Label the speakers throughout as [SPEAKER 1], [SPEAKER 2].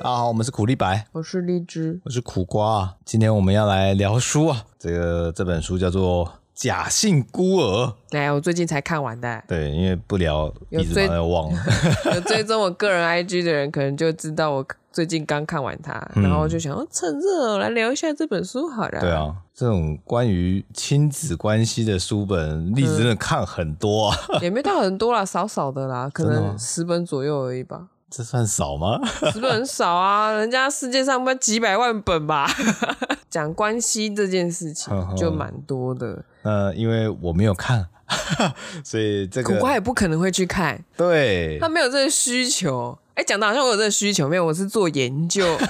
[SPEAKER 1] 大家好，我们是苦力白，
[SPEAKER 2] 我是荔枝。
[SPEAKER 1] 我是苦瓜啊。今天我们要来聊书啊，这个这本书叫做《假性孤儿》。，
[SPEAKER 2] 哎，我最近才看完的
[SPEAKER 1] 对，因为不聊
[SPEAKER 2] 有
[SPEAKER 1] 一直
[SPEAKER 2] 追
[SPEAKER 1] 把它忘了。
[SPEAKER 2] 有追踪我个人 IG 的人可能就知道我最近刚看完它，然后就想、哦、趁热来聊一下这本书好
[SPEAKER 1] 嗯
[SPEAKER 2] 了。
[SPEAKER 1] 对，啊，这种关于亲子关系的书本，例子真的看很多啊，
[SPEAKER 2] 也没到很多啦，少少的啦，可
[SPEAKER 1] 的吗
[SPEAKER 2] 能十本左右而已吧。
[SPEAKER 1] 这算少吗？
[SPEAKER 2] 十本很少啊，人家世界上不知道几百万本吧。 讲关系这件事情
[SPEAKER 1] 嗯嗯
[SPEAKER 2] 就蛮多的，
[SPEAKER 1] 呃，因为我没有看，所以这
[SPEAKER 2] 苦
[SPEAKER 1] 个
[SPEAKER 2] 瓜也不可能会去看，
[SPEAKER 1] 对
[SPEAKER 2] 他没有这个需求。哎，讲的好像我有这个需求，没有，我是做研究。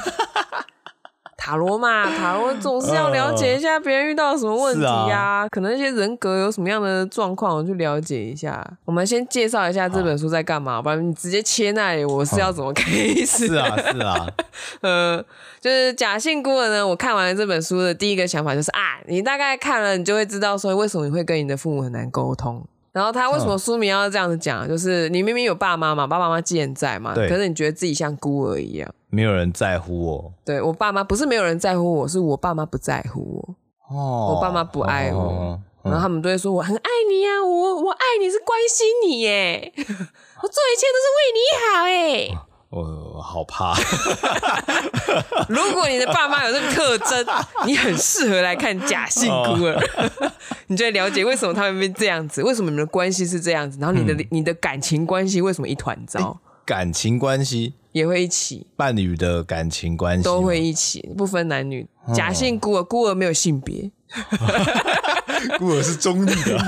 [SPEAKER 2] 塔罗嘛，塔罗总是要了解一下别人遇到什么问题
[SPEAKER 1] 嗯是啊
[SPEAKER 2] 呀、可能一些人格有什么样的状况，我去了解一下。我们先介绍一下这本书在干嘛，不然你直接切那里，我是要怎么开始？
[SPEAKER 1] 是啊是啊，
[SPEAKER 2] 呃，就是假性孤儿呢，我看完了这本书的第一个想法就是啊，你大概看了，你就会知道说为什么你会跟你的父母很难沟通。然后他为什么书名要这样子讲？就是你明明有爸妈嘛，爸爸妈妈健在嘛，
[SPEAKER 1] 对
[SPEAKER 2] 可是你觉得自己像孤儿一样。
[SPEAKER 1] 没有人在乎我
[SPEAKER 2] 对我爸妈不是没有人在乎我，是我爸妈不在乎我。
[SPEAKER 1] 哦，
[SPEAKER 2] 我爸妈不爱我
[SPEAKER 1] 哦
[SPEAKER 2] 然后他们都会说我很爱你呀、我我爱你是关心你耶， 我做一切都是为你好哎。
[SPEAKER 1] 我好怕，
[SPEAKER 2] 如果你的爸妈有这个特征，你很适合来看《假性孤儿》你就会了解为什么他们会这样子，为什么你们的关系是这样子，然后你的、你的感情关系为什么一团糟，
[SPEAKER 1] 感情关系。
[SPEAKER 2] 也会一起，
[SPEAKER 1] 伴侣的感情关系吗
[SPEAKER 2] 都会一起，不分男女。假性孤儿，孤儿没有性别，
[SPEAKER 1] 孤儿是中立的，啊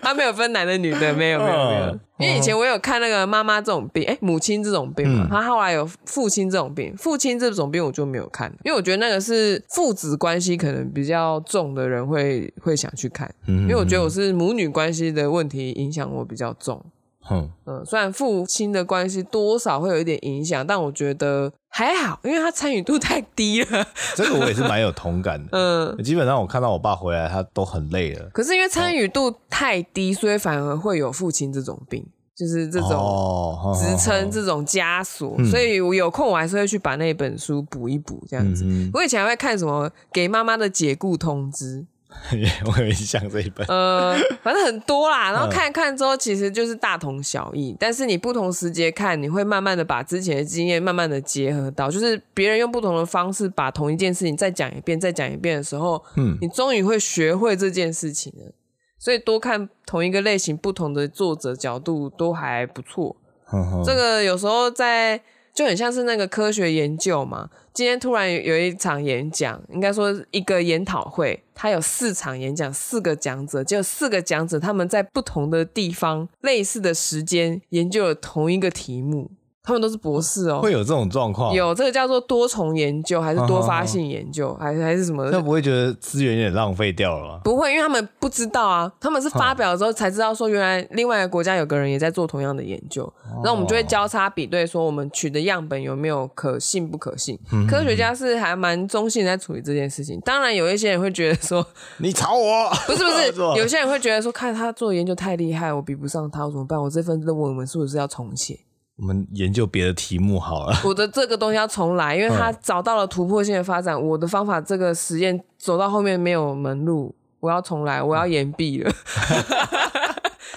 [SPEAKER 2] 他没有分男的女的，没有没有没有
[SPEAKER 1] 嗯。
[SPEAKER 2] 因为以前我有看那个妈妈这种病，哎、母亲这种病嘛，他后来有父亲这种病，父亲这种病我就没有看，因为我觉得那个是父子关系可能比较重的人会会想去看，
[SPEAKER 1] 嗯
[SPEAKER 2] 因为我觉得我是母女关系的问题影响我比较重。
[SPEAKER 1] 哼，
[SPEAKER 2] 嗯，虽然父亲的关系多少会有一点影响，但我觉得还好，因为他参与度太低了。
[SPEAKER 1] 这个我也是蛮有同感的。
[SPEAKER 2] 嗯，
[SPEAKER 1] 基本上我看到我爸回来，他都很累了。
[SPEAKER 2] 可是因为参与度太低，所以反而会有父亲这种病，就是这种
[SPEAKER 1] 哦
[SPEAKER 2] 职称这种枷锁，所以我有空我还是会去把那本书补一补，
[SPEAKER 1] 嗯
[SPEAKER 2] 这样子。我以前还会看什么《给妈妈的解雇通知》，
[SPEAKER 1] 我有印象这一本。嗯
[SPEAKER 2] 呃，反正很多啦。然后看一看之后，其实就是大同小异，但是你不同时节看，你会慢慢的把之前的经验慢慢的结合到，就是别人用不同的方式把同一件事情再讲一遍、再讲一遍的时候，
[SPEAKER 1] 嗯
[SPEAKER 2] 你终于会学会这件事情了。所以多看同一个类型、不同的作者角度都还不错。
[SPEAKER 1] 哼哼
[SPEAKER 2] 这个有时候在就很像是那个科学研究嘛。今天突然有有一场演讲，应该说一个研讨会，它有四场演讲，四个讲者，就四个讲者他们在不同的地方、类似的时间研究了同一个题目，他们都是博士 哦。
[SPEAKER 1] 会有这种状况，
[SPEAKER 2] 有这个叫做多重研究，还是多发性研究，还还是什么？
[SPEAKER 1] 那不会觉得资源有点浪费掉了吗？
[SPEAKER 2] 不会，因为他们不知道啊，他们是发表之后才知道说，原来另外一个国家有个人也在做同样的研究，那、我们就会交叉比对，说我们取的样本有没有可信不可信。科学家是还蛮中性在处理这件事情，当然有一些人会觉得说，
[SPEAKER 1] 你吵我， 啊
[SPEAKER 2] 不是不是
[SPEAKER 1] 是吧，
[SPEAKER 2] 有些人会觉得说，看他做的研究太厉害，我比不上他，我怎么办？我这份论文我们是不是要重写？
[SPEAKER 1] 我们研究别的题目好了。
[SPEAKER 2] 我的这个东西要重来，因为他找到了突破性的发展，我的方法这个实验走到后面没有门路，我要重来，我要延毕了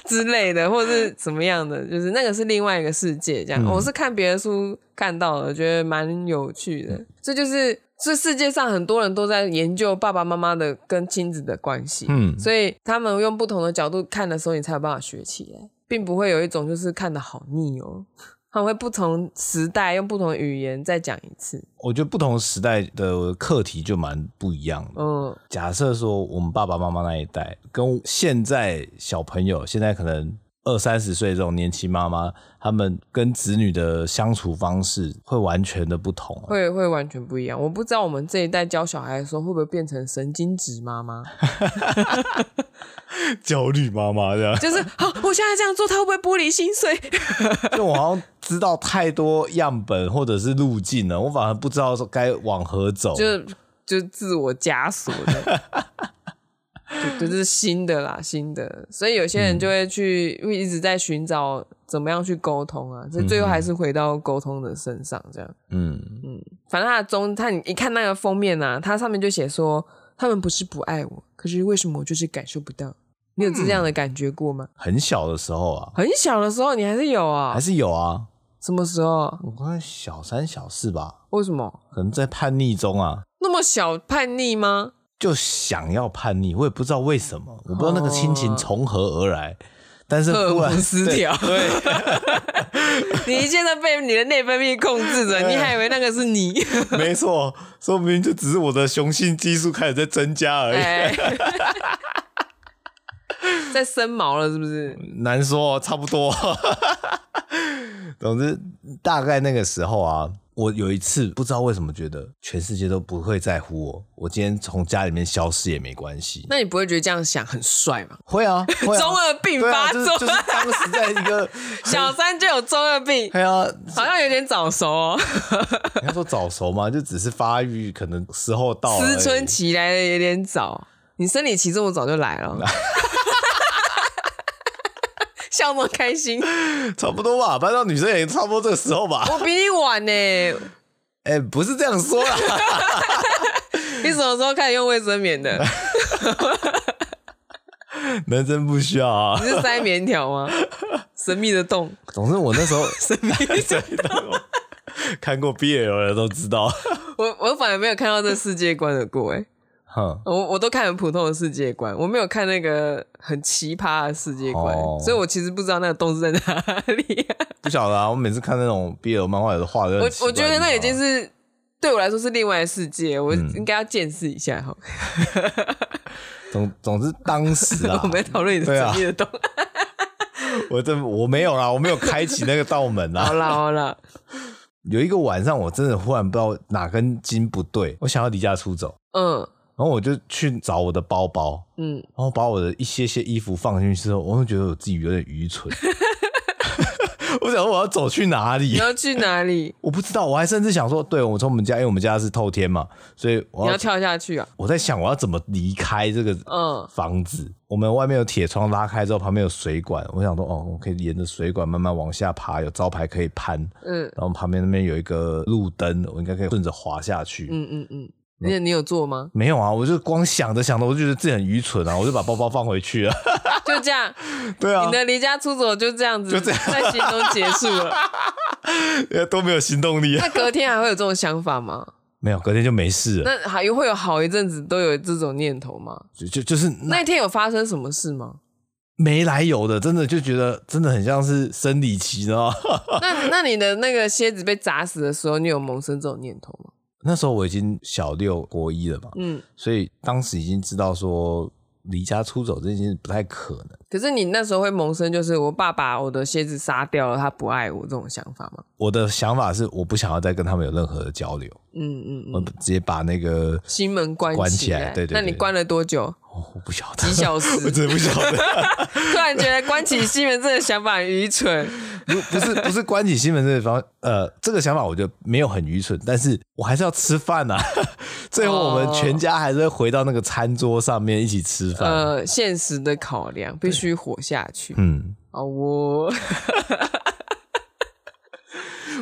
[SPEAKER 2] 之类的，或者是怎么样的，就是那个是另外一个世界。这样，我是看别的书看到的，觉得蛮有趣的。这就是这世界上很多人都在研究爸爸妈妈的跟亲子的关系，
[SPEAKER 1] 嗯
[SPEAKER 2] 所以他们用不同的角度看的时候，你才有办法学起来，并不会有一种就是看的好腻哦。 他们会不同时代用不同的语言再讲一次。
[SPEAKER 1] 我觉得不同时代的课题就蛮不一样的。
[SPEAKER 2] 嗯，
[SPEAKER 1] 假设说我们爸爸妈妈那一代跟现在小朋友，现在可能二三十岁这种年轻妈妈，他们跟子女的相处方式会完全的不同、啊。
[SPEAKER 2] 会会完全不一样。我不知道我们这一代教小孩的时候会不会变成神经质妈妈，
[SPEAKER 1] 焦虑妈妈这样，
[SPEAKER 2] 就是 好、我现在这样做，他会不会玻璃心碎？
[SPEAKER 1] 就我好像知道太多样本或者是路径了，我反而不知道说该往何走。
[SPEAKER 2] 就是就是自我枷锁的。
[SPEAKER 1] 嗯
[SPEAKER 2] 就就是新的啦，新的，所以有些人就会去，会一直在寻找怎怎么样去沟通啊？这最后还是回到沟通的身上，这样。
[SPEAKER 1] 嗯
[SPEAKER 2] 反正他的中，他你一看那个封面啊，它上面就写说他们不是不爱我，可是为什么我就是感受不到？你有这样
[SPEAKER 1] 嗯
[SPEAKER 2] 的感觉过吗？
[SPEAKER 1] 很小的时候啊，
[SPEAKER 2] 很小的时候你还是有啊、
[SPEAKER 1] 还是有啊，
[SPEAKER 2] 什么时候？
[SPEAKER 1] 我刚才小三小四吧，
[SPEAKER 2] 为什么
[SPEAKER 1] 可能在叛逆中啊，
[SPEAKER 2] 那么小叛 逆吗？
[SPEAKER 1] 就想要叛逆，我也不知道为什么，我不知道那个心情从何而来，但是
[SPEAKER 2] 哦荷尔
[SPEAKER 1] 忽然
[SPEAKER 2] 蒙失
[SPEAKER 1] 对
[SPEAKER 2] 调
[SPEAKER 1] 对，
[SPEAKER 2] 你现在被你的内分泌控制着，你还以为那个是你？
[SPEAKER 1] 没错，说明就只是我的雄性激素开始在增加而已，
[SPEAKER 2] 哎， 在生毛了是不是？
[SPEAKER 1] 难说，差不多。 总之，大概那个时候啊，我有一次不知道为什么觉得全世界都不会在乎我，我今天从家里面消失也没关系。
[SPEAKER 2] 那你不会觉得这样想很帅吗？
[SPEAKER 1] 会啊，会啊
[SPEAKER 2] 中二病
[SPEAKER 1] 对啊
[SPEAKER 2] 发
[SPEAKER 1] 就是
[SPEAKER 2] 作
[SPEAKER 1] 就是当时在一 个，，
[SPEAKER 2] 小三就有中二病
[SPEAKER 1] 哎呀，
[SPEAKER 2] 好像有点早熟哦，
[SPEAKER 1] 你要说早熟嘛，就只是发育可能时候到 了而已，
[SPEAKER 2] 思春期来的有点早，你生理期这么早就来 了，笑那么 开心，
[SPEAKER 1] 差不多吧，班上女生也差不多这个时候吧。
[SPEAKER 2] 我比你晚呢，
[SPEAKER 1] 哎、不是这样说啦，
[SPEAKER 2] 你什么时候开始用卫生 棉的？
[SPEAKER 1] 男生不需要啊。
[SPEAKER 2] 你是塞棉条吗？神秘的洞，
[SPEAKER 1] 总之，我那时候
[SPEAKER 2] 神秘的洞。
[SPEAKER 1] 看过 BL 的都知道，
[SPEAKER 2] 我我反而没有看到这世界观的过哎、
[SPEAKER 1] 哼，
[SPEAKER 2] 我我都看很普通的世界观，我没有看那个很奇葩的世界观，
[SPEAKER 1] 哦
[SPEAKER 2] 所以我其实不知道那个洞是在哪里、
[SPEAKER 1] 不晓得啊。我每次看那种 BL 漫画，有的画的，嗯
[SPEAKER 2] 我我觉得那已经是对我来说是另外的世界，我应该要见识一下哈。
[SPEAKER 1] 总总之当时啊
[SPEAKER 2] 我，们讨论你的
[SPEAKER 1] 对啊
[SPEAKER 2] 神秘 的洞，
[SPEAKER 1] 我真我没有啦，我没有开启那个道门啊。
[SPEAKER 2] 好 啦好啦，
[SPEAKER 1] 有一个晚上，我真的忽然不知道哪根筋不对，我想要离家出走，
[SPEAKER 2] 嗯
[SPEAKER 1] 然后我就去找我的包包，
[SPEAKER 2] 嗯，
[SPEAKER 1] 然后把我的一些些衣服放进去之后，我就觉得我自己有点愚蠢。 我想说我要走去哪
[SPEAKER 2] 你
[SPEAKER 1] 里？
[SPEAKER 2] 要去哪里？
[SPEAKER 1] 我不知道，我还甚至想说，对我从我们家，因为我们家是透天嘛，所以
[SPEAKER 2] 你
[SPEAKER 1] 我
[SPEAKER 2] 要跳下去啊？
[SPEAKER 1] 我在想我要怎么离开这个
[SPEAKER 2] 嗯
[SPEAKER 1] 房子。我们外面有铁窗拉开之后，旁边有水管，我想说哦，我可以沿着水管慢慢往下爬，有招牌可以攀，
[SPEAKER 2] 嗯
[SPEAKER 1] 然后旁边那边有一个路灯，我应该可以顺着滑下去。
[SPEAKER 2] 嗯嗯嗯，而且你有做吗？
[SPEAKER 1] 没有啊，我就光想着想着，我就觉得自己很愚蠢啊，我就 把包包放回去了。
[SPEAKER 2] 就这样，
[SPEAKER 1] 对啊
[SPEAKER 2] 你，的离家出走就这样子，
[SPEAKER 1] 就这样
[SPEAKER 2] 在心中结束 了。
[SPEAKER 1] 都没有行动力、啊
[SPEAKER 2] 那。隔天还会有这种想法吗？
[SPEAKER 1] 没有，隔天就没事了。
[SPEAKER 2] 那还会有好一阵子都有这种念头吗？
[SPEAKER 1] 就就就是那
[SPEAKER 2] 那天有发生什么 事吗？
[SPEAKER 1] 没来由的，真的就觉得真的很像是生理期呢。
[SPEAKER 2] 那那你的那个蝎子被砸死的时候，你有萌生这种念头吗？
[SPEAKER 1] 那时候我已经小六国一了嘛，
[SPEAKER 2] 嗯，
[SPEAKER 1] 所以当时已经知道说离家出走这件事不太可能。
[SPEAKER 2] 可是你那时候会萌生就是我爸把我的蝎子杀掉了，他不爱我这种想法吗？
[SPEAKER 1] 我的想法是，我不想要再跟他们有任何的交流，
[SPEAKER 2] 嗯嗯
[SPEAKER 1] 我
[SPEAKER 2] 嗯，
[SPEAKER 1] 直接把那个
[SPEAKER 2] 心门关
[SPEAKER 1] 关
[SPEAKER 2] 起
[SPEAKER 1] 起来对对
[SPEAKER 2] 那你
[SPEAKER 1] 对
[SPEAKER 2] 关了多久？
[SPEAKER 1] 哦我不晓得
[SPEAKER 2] 几小时？
[SPEAKER 1] 我真的不晓得，
[SPEAKER 2] 突然觉得关起心门这个想法很愚蠢。
[SPEAKER 1] 不不是不是关起心门这个方，呃，这个想法我觉得没有很愚蠢，但是我还是要吃饭呐、啊。 最后我们全家还是会回到那个餐桌上面一起吃饭。
[SPEAKER 2] 呃，现实的考量必须活下去。
[SPEAKER 1] 嗯，
[SPEAKER 2] 哦，我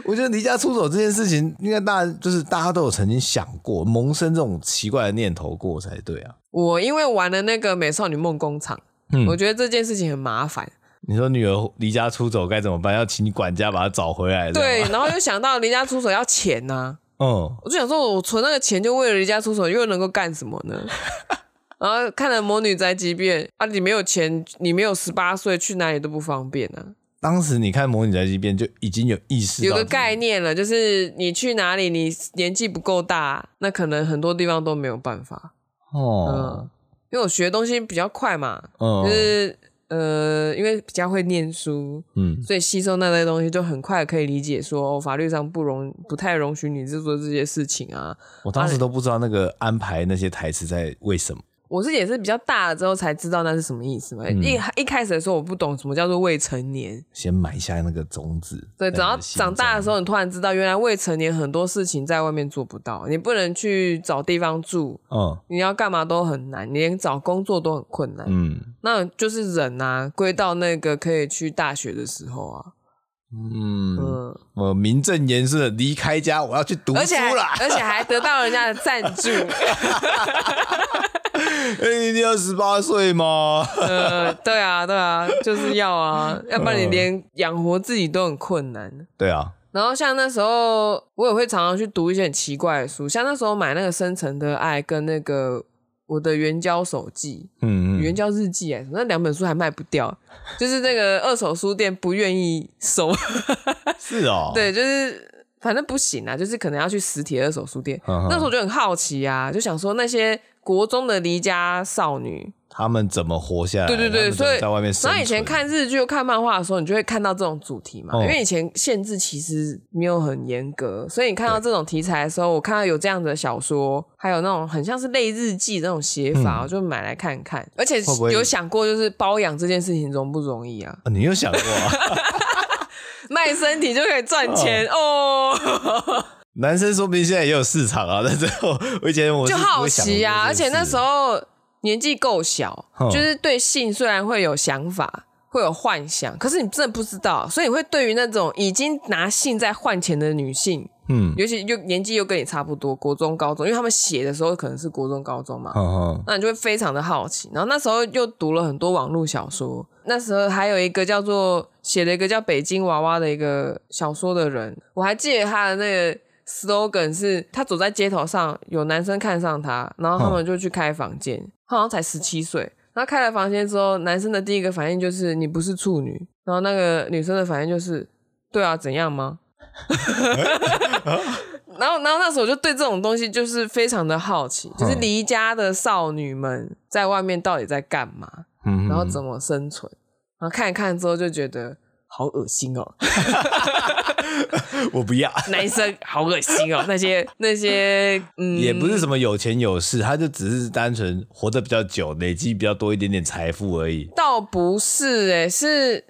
[SPEAKER 1] 我觉得离家出走这件事情，应该大家就是大家都有曾经想过，萌生这种奇怪的念头过才对啊。
[SPEAKER 2] 我因为玩了那个美少女梦工厂，
[SPEAKER 1] 嗯
[SPEAKER 2] 我觉得这件事情很麻烦。
[SPEAKER 1] 你说女儿离家出走该怎么办？要请你管家把她找回来。
[SPEAKER 2] 对
[SPEAKER 1] 这样，吗
[SPEAKER 2] 然后又想到离家出走要钱呐、
[SPEAKER 1] 嗯，
[SPEAKER 2] 我就想说，我存那个钱就为了离家出走，又能够干什么呢？ 然后看了《魔女宅急便》啊，你没有钱，你没有十八岁，去哪里都不方便啊。
[SPEAKER 1] 当时你看《魔女宅急便》就已经有意识
[SPEAKER 2] 有
[SPEAKER 1] 到
[SPEAKER 2] 个概念了，就是你去哪里，你年纪不够大，那可能很多地方都没有办法。嗯
[SPEAKER 1] 哦，
[SPEAKER 2] 因为我学东西比较快嘛，
[SPEAKER 1] 嗯
[SPEAKER 2] 就是呃，因为比较会念书，
[SPEAKER 1] 嗯
[SPEAKER 2] 所以吸收那些东西就很快可以理解说，哦、法律上不容不太容许你制作这些事情啊。
[SPEAKER 1] 我当时都不知道那个安排那些台词在为什么。
[SPEAKER 2] 我是也是比较大了之后才知道那是什么意思嘛。
[SPEAKER 1] 嗯
[SPEAKER 2] 一一开始的时候我不懂什么叫做未成年，
[SPEAKER 1] 先埋下那个种子，
[SPEAKER 2] 对，
[SPEAKER 1] 在
[SPEAKER 2] 等到
[SPEAKER 1] 你的心
[SPEAKER 2] 长大的
[SPEAKER 1] 中
[SPEAKER 2] 时候，你突然知道原来未成年很多事情在外面做不到，你不能去找地方住，
[SPEAKER 1] 嗯
[SPEAKER 2] 你要干嘛都很难，你连找工作都很困难。
[SPEAKER 1] 嗯，
[SPEAKER 2] 那就是人啊，归到那个可以去大学的时候啊，
[SPEAKER 1] 嗯，
[SPEAKER 2] 嗯，
[SPEAKER 1] 我名正言顺的离开家，我要去读
[SPEAKER 2] 而且还
[SPEAKER 1] 书啦。
[SPEAKER 2] 而且还得到人家的赞 助，
[SPEAKER 1] 哎，你二十八岁吗？
[SPEAKER 2] 呃，对啊，对啊，就是要啊，要不然你
[SPEAKER 1] 嗯
[SPEAKER 2] 连养活自己都很困难。
[SPEAKER 1] 对啊，
[SPEAKER 2] 然后像那时候，我也会常常去读一些很奇怪的书，像那时候买那个《深层的爱》跟那个我的《援交手记》
[SPEAKER 1] 嗯嗯
[SPEAKER 2] 《援交日记》哎，那两本书还卖不掉，就是那个二手书店不愿意收，
[SPEAKER 1] 哦是哦，，
[SPEAKER 2] 对，就是反正不行啊，就是可能要去实体的二手书店。
[SPEAKER 1] 嗯哼
[SPEAKER 2] 那时候我就很好奇啊，就想说那些国中的离家少女，
[SPEAKER 1] 他们怎么活下来？
[SPEAKER 2] 对对
[SPEAKER 1] 他
[SPEAKER 2] 对，
[SPEAKER 1] 们怎
[SPEAKER 2] 所
[SPEAKER 1] 么
[SPEAKER 2] 以
[SPEAKER 1] 在外面生存，
[SPEAKER 2] 然后以前看日剧、又看漫画的时候，你就会看到这种主题嘛，
[SPEAKER 1] 哦
[SPEAKER 2] 因为以前限制其实没有很严格，所以你看到这种题材的时候，我看到有这样的小说，还有那种很像是类日记那种写法，我就买来看看。而且
[SPEAKER 1] 嗯会不会
[SPEAKER 2] 有想过，就是包养这件事情容不容易 啊？
[SPEAKER 1] 啊，你有想过啊？
[SPEAKER 2] 卖身体就可以赚钱哦，
[SPEAKER 1] 男生说不定现在也有市场啊，但是我我以前我是
[SPEAKER 2] 就好
[SPEAKER 1] 不会想
[SPEAKER 2] 奇啊。
[SPEAKER 1] 过
[SPEAKER 2] 而
[SPEAKER 1] 这
[SPEAKER 2] 且
[SPEAKER 1] 件
[SPEAKER 2] 那
[SPEAKER 1] 事
[SPEAKER 2] 时候年纪够小
[SPEAKER 1] 哦，
[SPEAKER 2] 就是对性虽然会有想法。会有幻想，可是你真的不知道，所以你会对于那种已经拿性在换钱的女性，
[SPEAKER 1] 嗯，
[SPEAKER 2] 尤其又年纪又跟你差不多，国中、高中，因为他们写的时候可能是国中、高中嘛，
[SPEAKER 1] 哼哼，
[SPEAKER 2] 那你就会非常的好奇。然后那时候又读了很多网络小说，那时候还有一个叫做写了一个叫《北京娃娃》的一个小说的人，我还记得他的那个 slogan 是他走在街头上，有男生看上他，然后他
[SPEAKER 1] 嗯
[SPEAKER 2] 们就去开房间，他好像才十七岁。然后开了房间之后，男生的第一个反应就是你不是处女，然后那个女生的反应就是对啊，怎 样吗？然后，然后那时候我就对这种东西就是非常的好奇，就是
[SPEAKER 1] 嗯
[SPEAKER 2] 离家的少女们在外面到底在干嘛，
[SPEAKER 1] 嗯，
[SPEAKER 2] 然后怎么生存，然后看一看之后就觉得好恶心哦，
[SPEAKER 1] 我不要，
[SPEAKER 2] 男生好恶心哦，那些那些嗯，
[SPEAKER 1] 也不是什么有钱有势，他就只是单纯活得比较久，累积比较多一点点财富而已。
[SPEAKER 2] 倒不是哎、是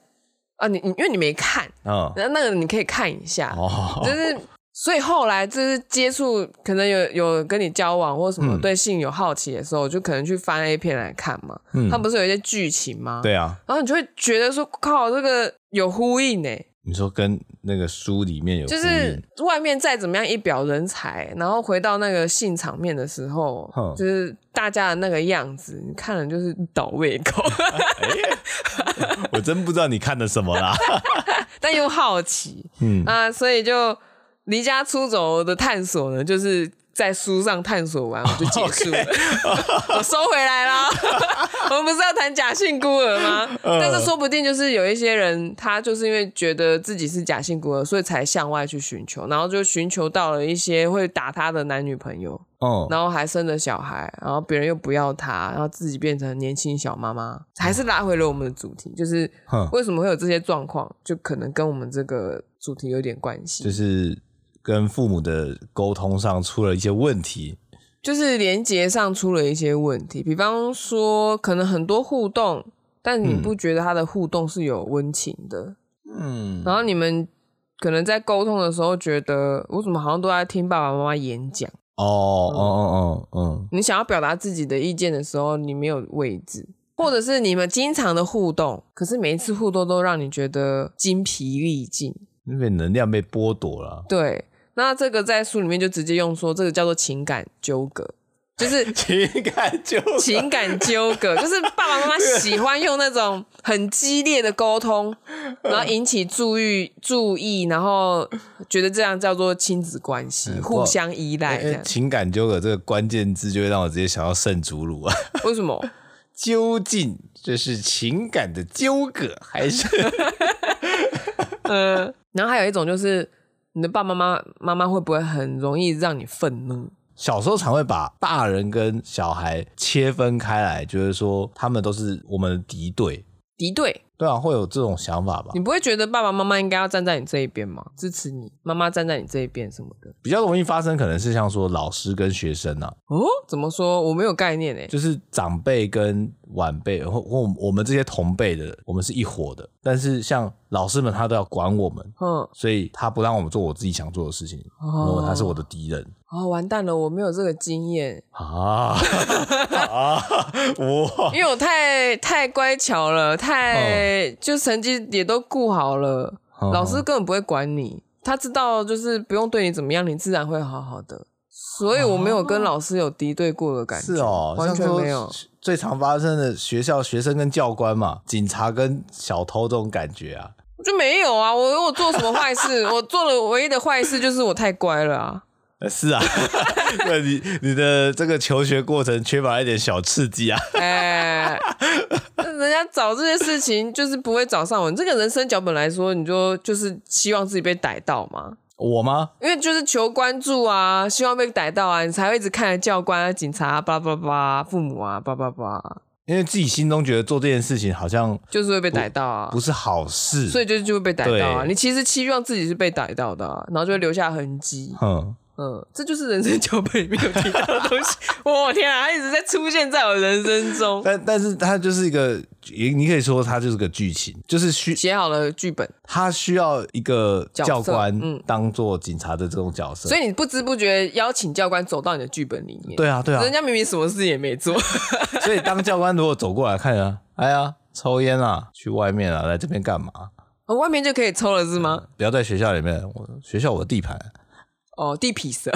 [SPEAKER 2] 啊，你你因为你没看，
[SPEAKER 1] 嗯，
[SPEAKER 2] 那那个你可以看一下，
[SPEAKER 1] 哦，
[SPEAKER 2] 就是所以后来就是接触，可能有有跟你交往或什么
[SPEAKER 1] 嗯
[SPEAKER 2] 对性有好奇的时候，我就可能去翻 A 片来看嘛。
[SPEAKER 1] 嗯
[SPEAKER 2] 它不是有一些剧情吗？。
[SPEAKER 1] 对啊，
[SPEAKER 2] 然后你就会觉得说，靠，这个有呼应哎，
[SPEAKER 1] 你说跟那个书里面有呼
[SPEAKER 2] 就
[SPEAKER 1] 应
[SPEAKER 2] 是外面再怎么样一表人才，然后回到那个性场面的时候
[SPEAKER 1] 哼，
[SPEAKER 2] 就是大家的那个样子，你看了就是倒胃口，
[SPEAKER 1] 我真不知道你看的什么啦。
[SPEAKER 2] 但又好奇，
[SPEAKER 1] 嗯
[SPEAKER 2] 啊，所以就离家出走的探索呢，就是在书上探索完我就结束了， 我收回来啦。我们不是要谈假性孤儿吗？但是说不定就是有一些人，他就是因为觉得自己是假性孤儿，所以才向外去寻求，然后就寻求到了一些会打他的男女朋友，
[SPEAKER 1] 哦，
[SPEAKER 2] 然后还生了小孩，然后别人又不要他，然后自己变成年轻小妈妈，还是拉回了我们的主题，就是
[SPEAKER 1] 哼
[SPEAKER 2] 为什么会有这些状况，就可能跟我们这个主题有点关系，
[SPEAKER 1] 就
[SPEAKER 2] 就是、
[SPEAKER 1] 是跟父母的沟通上出了一些问题。
[SPEAKER 2] 连接上出了一些问题，比方说可能很多互动，但你
[SPEAKER 1] 嗯
[SPEAKER 2] 不觉得他的互动是有温情的，
[SPEAKER 1] 嗯，
[SPEAKER 2] 然后你们可能在沟通的时候觉得我怎么好像都在听爸爸妈妈演讲，
[SPEAKER 1] 哦哦哦哦，嗯，
[SPEAKER 2] 你想要表达自己的意见的时候，你没有位置，或者是你们经常的互动，可是每一次互动都让你觉得精疲力尽。
[SPEAKER 1] 因为能量被剥夺了。
[SPEAKER 2] 对，那这个在书里面就直接用说，这个叫做情感纠葛，就是
[SPEAKER 1] 情感就
[SPEAKER 2] 情感纠葛，就是爸爸妈妈喜欢用那种很激烈的沟通，然后引起注意注意，然后觉得这样叫做亲子关系，互相依赖这
[SPEAKER 1] 哎
[SPEAKER 2] 样。
[SPEAKER 1] 情感纠葛这个关键字就会让我直接想到圣祖鲁啊，
[SPEAKER 2] 为什么？
[SPEAKER 1] 究竟这是情感的纠葛，还是
[SPEAKER 2] 呃，然后还有一种就是你的爸爸妈妈妈妈会不会很容易让你愤怒？
[SPEAKER 1] 小时候常会把大人跟小孩切分开来，觉得说他们都是我们的敌对，
[SPEAKER 2] 敌对，
[SPEAKER 1] 对啊，会有这种想法吧
[SPEAKER 2] 你？不会觉得爸爸妈妈应该要站在你这一边吗？支持你，妈妈站在你这一边什么的？
[SPEAKER 1] 比较容易发生可能是像说老师跟学生啊，
[SPEAKER 2] 哦，怎么说？我没有概念欸诶。
[SPEAKER 1] 就是长辈跟晚辈，或或我们这些同辈的，我们是一伙的。但是像老师们，他都要管我们，
[SPEAKER 2] 嗯，
[SPEAKER 1] 所以他不让我们做我自己想做的事情，
[SPEAKER 2] 哦
[SPEAKER 1] 因为他是我的敌人
[SPEAKER 2] 哦，完蛋了，我没有这个经验，
[SPEAKER 1] 啊 啊！ 哇，哦
[SPEAKER 2] 因为我太太乖巧了，太、就成绩也都顾好了，
[SPEAKER 1] 嗯
[SPEAKER 2] 老师根本不会管你，他知道就是不用对你怎么样，你自然会好好的。所以我没有跟老师有敌对过的感觉，
[SPEAKER 1] 哦是哦，
[SPEAKER 2] 完全
[SPEAKER 1] 像说
[SPEAKER 2] 没有。
[SPEAKER 1] 最常发生的学校学生跟教官嘛，警察跟小偷这种感觉啊。
[SPEAKER 2] 我就没有啊！我我做什么坏事？我做了唯一的坏事就是我太乖了啊！
[SPEAKER 1] 呃是 啊，那你你的这个求学过程缺乏一点小刺激啊。
[SPEAKER 2] 哎、人家找这些事情就是不会找上我。你这个人生脚本来说，你就就是希望自己被逮到嘛，
[SPEAKER 1] 我吗？
[SPEAKER 2] 因为就是求关注啊，希望被逮到啊，你才会一直看着教官啊、警察啊、巴拉巴拉巴拉、父母啊、巴拉巴拉，
[SPEAKER 1] 因为自己心中觉得做这件事情好像
[SPEAKER 2] 就是会被逮到啊。
[SPEAKER 1] 不是好事，
[SPEAKER 2] 所以就就会被逮到啊！
[SPEAKER 1] 对
[SPEAKER 2] 你其实期望自己是被逮到的、啊，然后就会留下痕迹。
[SPEAKER 1] 哼，
[SPEAKER 2] 嗯，这就是人生脚本里面有提到的东西。我、天啊，它一直在出现在我人 生中。
[SPEAKER 1] 但但是它就是一个，也你可以说它就是个剧情，就是需
[SPEAKER 2] 写好了剧本，
[SPEAKER 1] 它需要一个
[SPEAKER 2] 角色
[SPEAKER 1] 教官
[SPEAKER 2] 嗯
[SPEAKER 1] 当做警察的这种角色。
[SPEAKER 2] 所以你不知不觉邀请教官走到你的剧本里面。
[SPEAKER 1] 对啊，对啊，
[SPEAKER 2] 人家明明什么事也没做，
[SPEAKER 1] 所以当教官如果走过来看啊，哎呀，抽烟啊，去外面啊，来这边干嘛？
[SPEAKER 2] 哦外面就可以抽了是吗？
[SPEAKER 1] 不要在学校里面，我学校我的地盘， 嗯
[SPEAKER 2] 哦，地痞蛇，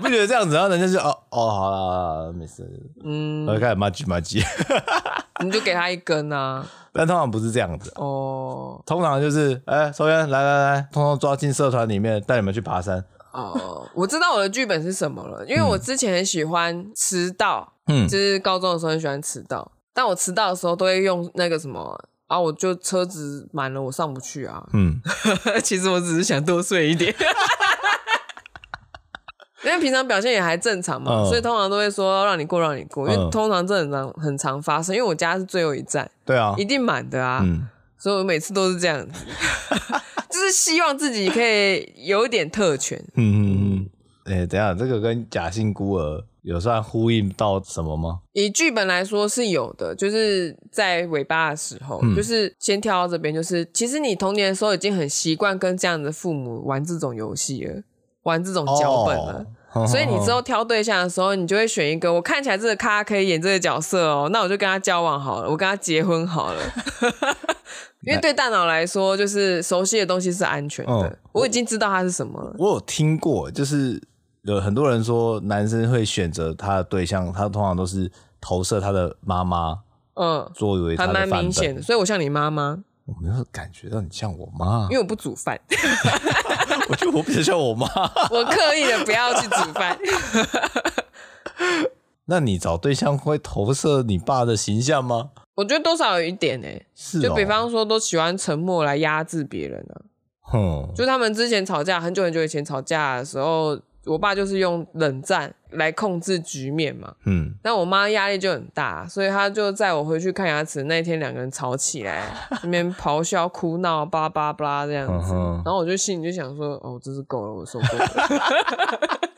[SPEAKER 1] 不觉得这样子，然后人家就哦哦，好了好了，没事，
[SPEAKER 2] 嗯，
[SPEAKER 1] 然后开始骂鸡骂鸡，
[SPEAKER 2] 你就给他一根啊。
[SPEAKER 1] 但通常不是这样子。
[SPEAKER 2] 哦
[SPEAKER 1] 通常就是，哎、抽烟，来来来，通通抓进社团里面，带你们去爬山。
[SPEAKER 2] 哦，我知道我的剧本是什么了，因为我之前很喜欢迟到，
[SPEAKER 1] 嗯
[SPEAKER 2] 就是高中的时候很喜欢迟到，但我迟到的时候都会用那个什么。啊！我就车子满了，我上不去啊。
[SPEAKER 1] 嗯，
[SPEAKER 2] 其实我只是想多睡一点， 因为平常表现也还正常嘛，
[SPEAKER 1] 嗯
[SPEAKER 2] 所以通常都会说让你过，让你过，因
[SPEAKER 1] 嗯
[SPEAKER 2] 为通常这很常很常发生，因为我家是最后一站，
[SPEAKER 1] 对啊
[SPEAKER 2] 一，定满的啊，
[SPEAKER 1] 嗯，
[SPEAKER 2] 所以我每次都是这样子， 就是希望自己可以有一点特权。
[SPEAKER 1] 嗯嗯嗯。哎、等一下，这个跟假性孤儿有算呼应到什么吗？
[SPEAKER 2] 以剧本来说是有的，就是在尾巴的时候，
[SPEAKER 1] 嗯
[SPEAKER 2] 就是先跳到这边，就是其实你童年的时候已经很习惯跟这样的父母玩这种游戏了，玩这种脚本了。
[SPEAKER 1] 哦
[SPEAKER 2] 所以你之后挑对象的时候，你就会选一个我看起来这个咖可以演这个角色哦，那我就跟他交往好了，我跟他结婚好了。 因为对大脑来说，就是熟悉的东西是安全的，
[SPEAKER 1] 嗯
[SPEAKER 2] 我已经知道它是什么了。
[SPEAKER 1] 我有听过，就是有很多人说男生会选择他的对象，他通常都是投射他的妈妈
[SPEAKER 2] 嗯，
[SPEAKER 1] 作为他
[SPEAKER 2] 还
[SPEAKER 1] 的
[SPEAKER 2] 蛮
[SPEAKER 1] 范本。
[SPEAKER 2] 明显的。所以我像你妈妈，
[SPEAKER 1] 我没有感觉到你像我妈
[SPEAKER 2] 因，为我不煮饭，
[SPEAKER 1] 我觉得我比较像我妈。
[SPEAKER 2] 我刻意的不要去煮饭。
[SPEAKER 1] 那你找对象会投射你爸的形象吗？
[SPEAKER 2] 我觉得多少有一点呢、欸
[SPEAKER 1] 是、哦，
[SPEAKER 2] 就比，方说都喜欢沉默来压制别人啊。
[SPEAKER 1] 哼，
[SPEAKER 2] 就他们之前吵架，很久很久以前吵架的时候，我爸就是用冷战来控制局面嘛。
[SPEAKER 1] 嗯，
[SPEAKER 2] 那我妈压力就很大，啊所以她就在我回去看牙齿的那一天，两个人吵起来，那边咆哮、哭闹、巴拉巴拉巴拉这样
[SPEAKER 1] 嗯
[SPEAKER 2] 子。
[SPEAKER 1] 哼
[SPEAKER 2] 然后我就心里就想说，哦，真是够了，我受够了。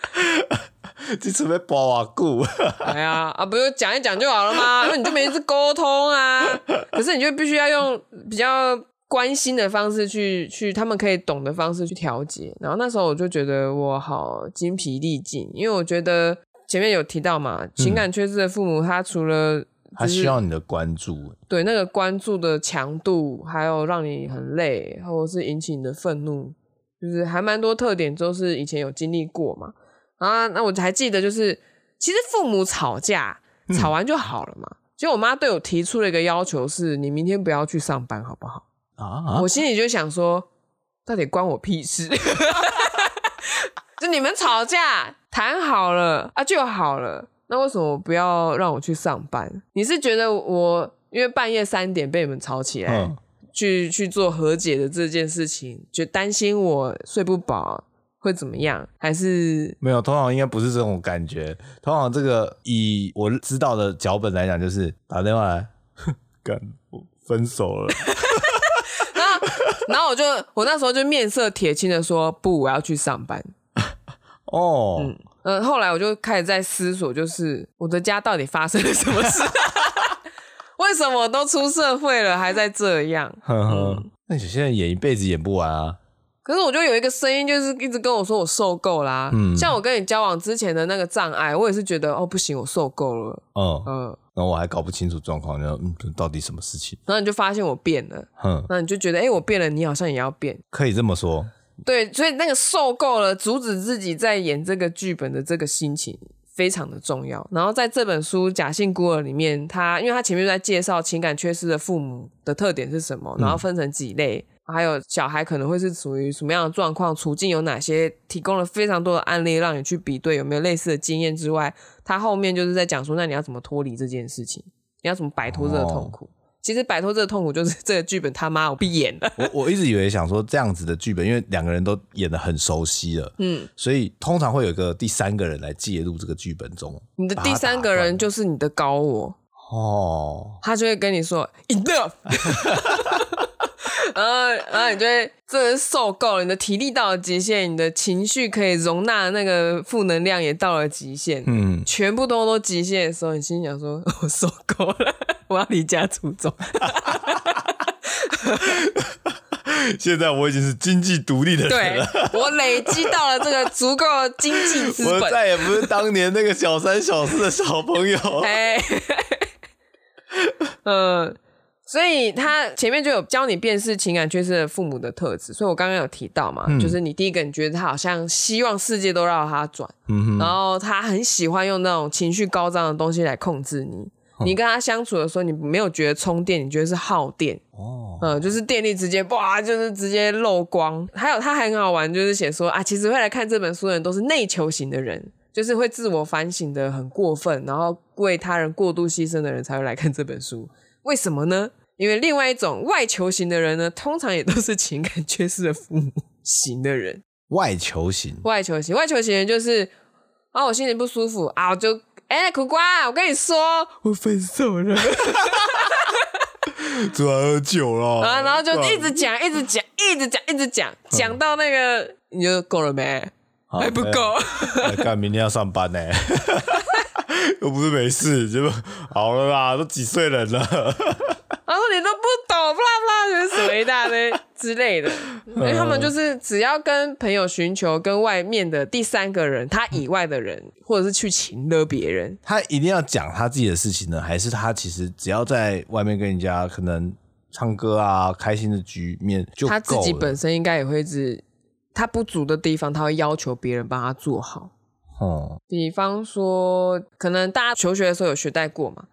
[SPEAKER 1] 你准备包啊顾，
[SPEAKER 2] 哎呀，啊，不就讲一讲就好了吗？ 那你就没一次沟通啊。可是你就必须要用比较关心的方式去去他们可以懂的方式去调节。然后那时候我就觉得我好精疲力尽，因为我觉得前面有提到嘛，情感缺失的父母，他除了
[SPEAKER 1] 他需要你的关注，
[SPEAKER 2] 对那个关注的强度，还有让你很累，或者是引起你的愤怒，就是还蛮多特点，都是以前有经历过嘛。啊，那我还记得，就是其实父母吵架，吵完就好了嘛。结果我妈对我提出了一个要求是你明天不要去上班，好不好？
[SPEAKER 1] 啊，
[SPEAKER 2] 我心里就想说，到底关我屁事？ 就你们吵架谈好了啊就好了，那为什么不要让我去上班？你是觉得我因为半夜三点被你们吵起来，
[SPEAKER 1] 嗯，
[SPEAKER 2] 去去做和解的这件事情，就担心我睡不饱会怎么样？还是
[SPEAKER 1] 没有，通常应该不是这种感觉。通常这个以我知道的脚本来讲，就是打电话来， 干我分手 了，
[SPEAKER 2] 然后啊 然后我就我那时候就面色铁青的说不，我要去上班。
[SPEAKER 1] 哦，
[SPEAKER 2] 嗯，后来我就开始在思索，就是我的家到底发生了什么事？ 为什么我都出社会了还在这样？
[SPEAKER 1] 呵呵，那有些人演一辈子演不完啊，
[SPEAKER 2] 可是我就有一个声音，就是一直跟我说我受够啦、
[SPEAKER 1] 嗯
[SPEAKER 2] 像我跟你交往之前的那个障碍，我也是觉得哦不行，我受够了。
[SPEAKER 1] 嗯，
[SPEAKER 2] 嗯，
[SPEAKER 1] 然后我还搞不清楚状况，然后嗯，到底什么事情？
[SPEAKER 2] 然后你就发现我变了，
[SPEAKER 1] 哼，
[SPEAKER 2] 那你就觉得，哎、我变了，你好像也要变。
[SPEAKER 1] 可以这么 说，
[SPEAKER 2] 对，所以那个受够了，阻止自己在演这个剧本的这个心情非常的重要。然后在这本书《假性孤儿》里面，他因为他前面在介绍情感缺失的父母的特点是什么，
[SPEAKER 1] 嗯
[SPEAKER 2] 然后分成几类，还有小孩可能会是属于什么样的状况、处境有哪些，提供了非常多的案例让你去比对有没有类似的经验之外，他后面就是在讲说，那你要怎么脱离这件事情，你要怎么摆脱这个痛苦。
[SPEAKER 1] 哦
[SPEAKER 2] 其实摆脱这个痛苦，就是 这个剧本他妈我闭演了。
[SPEAKER 1] 我我一直以为想说这样子的剧本，因为两个人都演的很熟悉了，嗯，所以通常会有一个第三个人来介入这个剧本中。
[SPEAKER 2] 你的
[SPEAKER 1] 把它
[SPEAKER 2] 第三个人
[SPEAKER 1] 打
[SPEAKER 2] 就是你的高我，
[SPEAKER 1] 断哦，
[SPEAKER 2] 他就会跟你说 enough，然后然后你就会真的是受够了，你的体力到了极限，你的情绪可以容纳的那个负能量也到了极限，
[SPEAKER 1] 嗯，
[SPEAKER 2] 全部都都极限的时候，你心想说 我受够了，我要离家出 走。
[SPEAKER 1] 现在我已经是经济独立的人
[SPEAKER 2] 对
[SPEAKER 1] 了，
[SPEAKER 2] 我累积到了这个足够的经济资
[SPEAKER 1] 我
[SPEAKER 2] 本，
[SPEAKER 1] 再也不是当年那个小三小四的小朋友。
[SPEAKER 2] 哎，嗯，所以他前面就有教你辨识情感缺失的父母的特质，所以我刚刚有提到嘛，就是你第一个，你觉得他好像希望世界都绕他转，
[SPEAKER 1] 嗯
[SPEAKER 2] 然后他很喜欢用那种情绪高涨的东西来控制你。你跟他相处的时候，你没有觉得充电，你觉得是耗电，
[SPEAKER 1] 哼，哦，
[SPEAKER 2] 嗯，就是电力直接哇，就是直接漏光。还有他还很好玩，就是写说啊，其实会来看这本书的人都是内求型的人，就是会自我反省的很过分，然后为他人过度牺牲的人才会来看这本书。为什么呢？因为另外一种外求型的人呢，通常也都是情感缺失的父母型的人。
[SPEAKER 1] 外求 型，
[SPEAKER 2] 外求型，外求型人就是啊，我心里不舒服啊，我就哎、苦瓜，我跟你说，我分手了。
[SPEAKER 1] 主要喝酒了
[SPEAKER 2] 啊，然后就一直讲，一直讲，一直讲，一直讲，讲到那个你就够了没？
[SPEAKER 1] 嗯好
[SPEAKER 2] 还不够，
[SPEAKER 1] 哎干，明天要上班呢、 又不是没事，就好了啦，都几岁人了，
[SPEAKER 2] 然后你都不懂，不啦不啦，就是什么一大堆之 类的。因
[SPEAKER 1] 嗯
[SPEAKER 2] 为他们就是只要跟朋友寻求跟外面的第三个人，他以外的人，或者是去请了别人，
[SPEAKER 1] 他一定要讲他自己的事情呢，还是他其实只要在外面跟人家可能唱歌啊，开心的局面就
[SPEAKER 2] 他自己
[SPEAKER 1] 够了
[SPEAKER 2] 本身应该也会一直他不足的地方，他会要求别人帮他做好。
[SPEAKER 1] 哦，
[SPEAKER 2] 比方说，可能大家求学的时候有学带过嘛，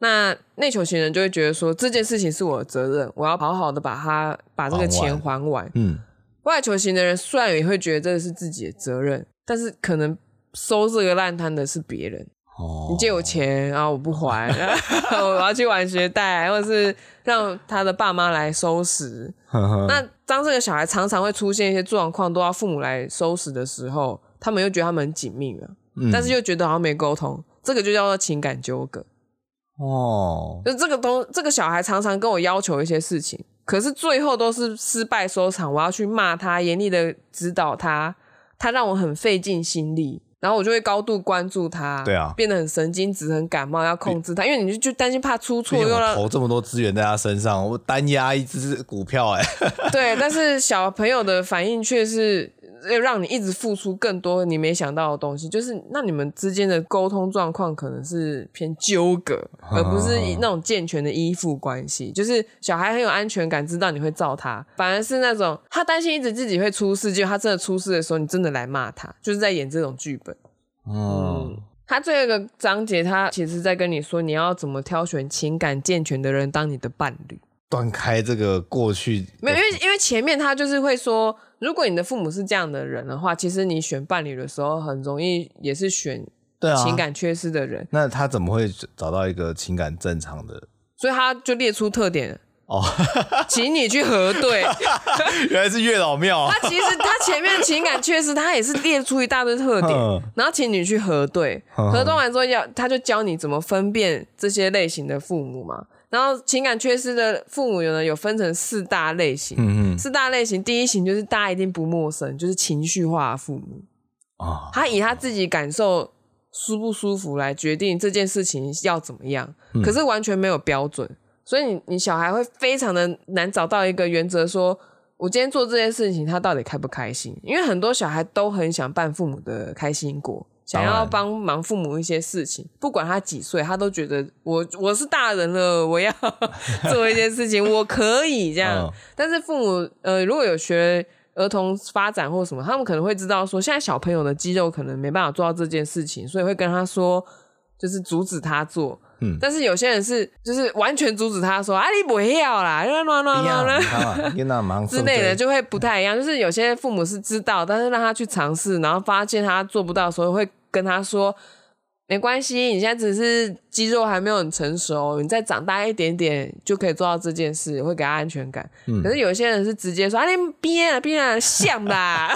[SPEAKER 2] 那内求型人就会觉得说这件事情是我的责任，我要好好的把它把这个钱还完。
[SPEAKER 1] 嗯，
[SPEAKER 2] 外求型的人虽然也会觉得这是自己的责任，但是可能收这个烂摊的是别人。
[SPEAKER 1] 哦，
[SPEAKER 2] 你借我钱，然后我不还，然后我 要去玩学贷，或者是让他的爸妈来收拾。
[SPEAKER 1] 呵呵
[SPEAKER 2] 那当这个小孩常常会出现一些状况，都要父母来收拾的时候，他们又觉得他们很紧密了。
[SPEAKER 1] 嗯
[SPEAKER 2] 但是又觉得好像没沟通，这个就叫做情感纠葛。
[SPEAKER 1] 哦，
[SPEAKER 2] 就这个东，这个小孩常常跟我要求一些事情，可是最后都是失败收场。我要去骂他，严厉的指导他，他让我很费尽心力，然后我就会高度关注他，
[SPEAKER 1] 对啊
[SPEAKER 2] 变得很神经质，很感冒，要控制他，因为你就就担心怕出
[SPEAKER 1] 毕
[SPEAKER 2] 错，
[SPEAKER 1] 竟
[SPEAKER 2] 又
[SPEAKER 1] 我
[SPEAKER 2] 让
[SPEAKER 1] 投这么多资源在他身上，我单压一只股票、哎，
[SPEAKER 2] 对。但是小朋友的反应却是呃让你一直付出更多你没想到的东西，就是那你们之间的沟通状况可能是偏纠葛，而不是以那种健全的依附关系。就是小孩很有安全感，知道你会照他，反而是那种他担心一直自己会出事，结果他真的出事的时候，你真的来骂他，就是在演这种剧本。
[SPEAKER 1] 嗯，
[SPEAKER 2] 他最后一个章节，他其实在跟你说，你要怎么挑选情感健全的人当你的伴侣。
[SPEAKER 1] 断开这个过去，
[SPEAKER 2] 没有，因为因为前面他就是会说，如果你的父母是这样的人的话，其实你选伴侣的时候很容易也是选
[SPEAKER 1] 对啊，
[SPEAKER 2] 情。感缺失的人，
[SPEAKER 1] 那他怎么会找到一个情感正常的？
[SPEAKER 2] 所以他就列出 特点，
[SPEAKER 1] 哦，
[SPEAKER 2] 请你去核对。
[SPEAKER 1] 原来是月老庙啊！
[SPEAKER 2] 他其实他前面情感缺失，他也是列出一大堆特
[SPEAKER 1] 嗯
[SPEAKER 2] 点，然后请你去核对，
[SPEAKER 1] 嗯
[SPEAKER 2] 核对完之后要他就教你怎么分辨这些类型的父母嘛。然后情感缺失的父母有呢有分成四大类型，
[SPEAKER 1] 嗯嗯
[SPEAKER 2] 四大类型第一型就是大家一定不陌生，就是情绪化的父母。
[SPEAKER 1] 啊，
[SPEAKER 2] 他以他自己感受舒不舒服来决定这件事情要怎么样，
[SPEAKER 1] 嗯
[SPEAKER 2] 可是完全没有标准，所以你你小孩会非常的难找到一个原则说。我今天做这件事情，他到底开不开心？因为很多小孩都很想办父母的开心果，想
[SPEAKER 1] 当
[SPEAKER 2] 要
[SPEAKER 1] 然
[SPEAKER 2] 帮忙父母一些事情，不管他几岁，他都觉得我我是大人了，我要 做一些事情，我可以这样。
[SPEAKER 1] 嗯
[SPEAKER 2] 但是父母呃，如果有学儿童发展或什么，他们可能会知道说，现在小朋友的肌肉可能没办法做到这件事情，所以会跟他说，就是阻止他做。
[SPEAKER 1] 嗯
[SPEAKER 2] 但是有些人是就是完全阻止他说，啊，你不要啦，乱乱乱
[SPEAKER 1] 一
[SPEAKER 2] 乱
[SPEAKER 1] 样，
[SPEAKER 2] 乱
[SPEAKER 1] 你。看嘛，跟那忙
[SPEAKER 2] 之类的，就会不太一样。就是有些父母是知道，但是让他去尝试，然后发现他做不到的时候，会跟他说：“没关系，你现在只是肌肉还没有很成熟，你再长大一点点就可以做到这件事，会给他安全感。可是有些人是直接说：“啊，你变了变了，像啦，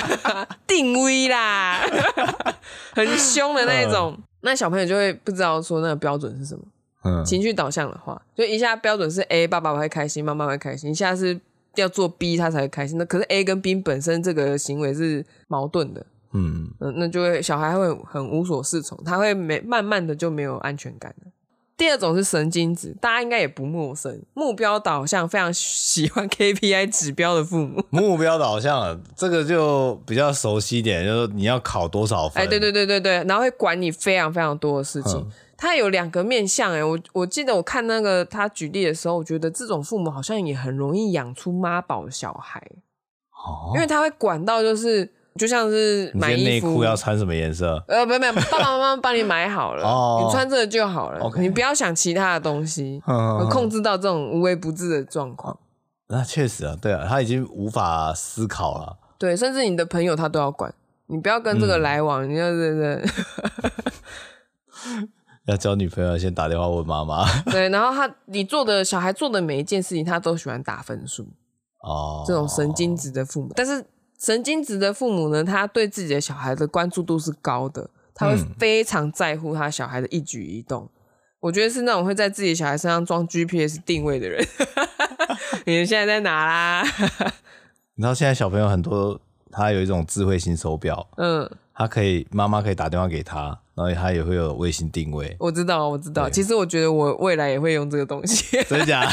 [SPEAKER 2] 定位 啦，很凶的那一种。那小朋友就会不知道说那个标准是什么。
[SPEAKER 1] 嗯，
[SPEAKER 2] 情绪导向的话，就一下标准是 A，爸爸会开心，妈妈会开心，一下是要做 B 他才会开心。那可是 A 跟 B 本身这个行为是矛盾的，
[SPEAKER 1] 嗯，
[SPEAKER 2] 嗯，那就会小孩会很无所适从，他会没慢慢的就没有安全感了。第二种是神经质，大家应该也不陌生，目标导向非常喜欢 KPI 指标的父母。
[SPEAKER 1] 目标导向了，这个就比较熟悉一点，就是你要考多少分？
[SPEAKER 2] 哎，对，对对对对，然后会管你非常非常多的事情
[SPEAKER 1] 嗯。
[SPEAKER 2] 他有两个面向哎、我我记得我看那个他举例的时候，我觉得这种父母好像也很容易养出妈宝小孩，
[SPEAKER 1] 哦
[SPEAKER 2] 因为他会管到就是就像是
[SPEAKER 1] 你
[SPEAKER 2] 买
[SPEAKER 1] 这
[SPEAKER 2] 衣
[SPEAKER 1] 内
[SPEAKER 2] 服
[SPEAKER 1] 裤要穿什么颜色？
[SPEAKER 2] 呃，不没有，爸爸妈妈帮你买好了，
[SPEAKER 1] 哦
[SPEAKER 2] 你穿这个就好了
[SPEAKER 1] OK
[SPEAKER 2] 你不要想其他的东西，
[SPEAKER 1] 嗯嗯嗯
[SPEAKER 2] 控制到这种无微不至的状况。
[SPEAKER 1] 那确实啊，对啊，他已经无法思考了。
[SPEAKER 2] 对，甚至你的朋友他都要管，你不要跟这个
[SPEAKER 1] 嗯
[SPEAKER 2] 来往，你要对对。
[SPEAKER 1] 要交女朋友先打电话问妈妈
[SPEAKER 2] 对，然后他你做的小孩做的每一件事情，他都喜欢打分数，
[SPEAKER 1] 哦，
[SPEAKER 2] 这种神经质的父母。但是神经质的父母呢，他对自己的小孩的关注度是高的，他会
[SPEAKER 1] 嗯
[SPEAKER 2] 非常在乎他小孩的一举一动。我觉得是那种会在自己小孩身上装 GPS 定位的人。 你们现在在哪啦？
[SPEAKER 1] 你知道现在小朋友很多，他有一种智慧型手表，
[SPEAKER 2] 嗯，，
[SPEAKER 1] 他可以妈妈可以打电话给他，然后他也会有卫星定位
[SPEAKER 2] 我知道，我知道。
[SPEAKER 1] 对
[SPEAKER 2] 其实我觉得我未来也会用这个东西。
[SPEAKER 1] 真的假的？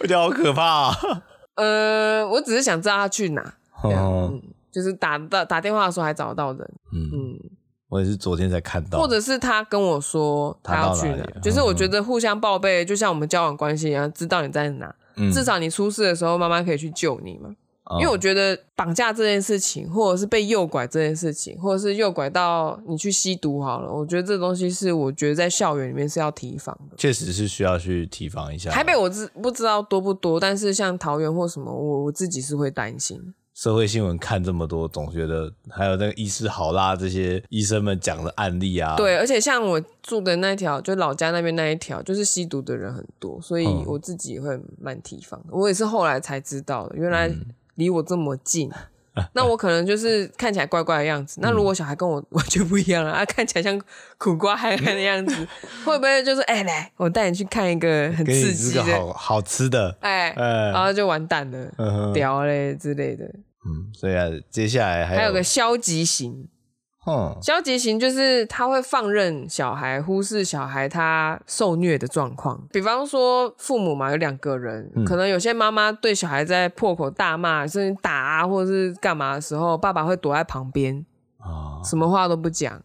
[SPEAKER 1] 我觉得好可怕、啊。
[SPEAKER 2] 呃，我只是想知道他去哪，这样
[SPEAKER 1] 嗯
[SPEAKER 2] 嗯就是打到打电话的时候还找得到人。
[SPEAKER 1] 嗯，
[SPEAKER 2] 嗯，
[SPEAKER 1] 我也是昨天才看到，
[SPEAKER 2] 或者是他跟我说
[SPEAKER 1] 他
[SPEAKER 2] 他要
[SPEAKER 1] 到
[SPEAKER 2] 去
[SPEAKER 1] 哪
[SPEAKER 2] 哪
[SPEAKER 1] 里，
[SPEAKER 2] 就是我觉得互相报备，就像我们交往关系一样，知道你在哪，
[SPEAKER 1] 嗯
[SPEAKER 2] 至少你出事的时候，妈妈可以去救你嘛。
[SPEAKER 1] 嗯
[SPEAKER 2] 因为我觉得绑架这件事情，或者是被诱拐这件事情，或者是诱拐到你去吸毒好了，我觉得这东西是我觉得在校园里面是要提防的。
[SPEAKER 1] 确实是需要去提防一下。
[SPEAKER 2] 台北我知不知道多不多，但是像桃园或什么，我我自己是会担心。
[SPEAKER 1] 社会新闻看这么多，总觉得还有那个医师好啦，这些医生们讲的案例啊，，
[SPEAKER 2] 对，而且像我住的那条，就老家那边那一条，就是吸毒的人很多，所以
[SPEAKER 1] 嗯
[SPEAKER 2] 我自己也会蛮提防的。我也是后来才知道的，原来
[SPEAKER 1] 嗯
[SPEAKER 2] 离我这么近。 那我可能就是看起来怪怪的样子，那如
[SPEAKER 1] 嗯
[SPEAKER 2] 果小孩跟我 完全不一样了，啊，看起来像苦瓜憨憨的 样子，会不会就是哎、来，我带你去看一个很
[SPEAKER 1] 给你
[SPEAKER 2] 刺激
[SPEAKER 1] 吃个
[SPEAKER 2] 的，
[SPEAKER 1] 好好吃的，
[SPEAKER 2] 哎，
[SPEAKER 1] 呃
[SPEAKER 2] 然后就完蛋了，
[SPEAKER 1] 嗯哼
[SPEAKER 2] 屌嘞之类的。
[SPEAKER 1] 嗯，所以啊，接下来还
[SPEAKER 2] 还有个消极型，
[SPEAKER 1] 哼，
[SPEAKER 2] 消极型就是他会放任小孩，忽视小孩他受虐的状况。比方说父母嘛，有两个人，可能有些妈妈对小孩在破口大骂，甚至打啊，或者是干嘛的时候，爸爸会躲在旁边，
[SPEAKER 1] 啊，
[SPEAKER 2] 什么话都不讲。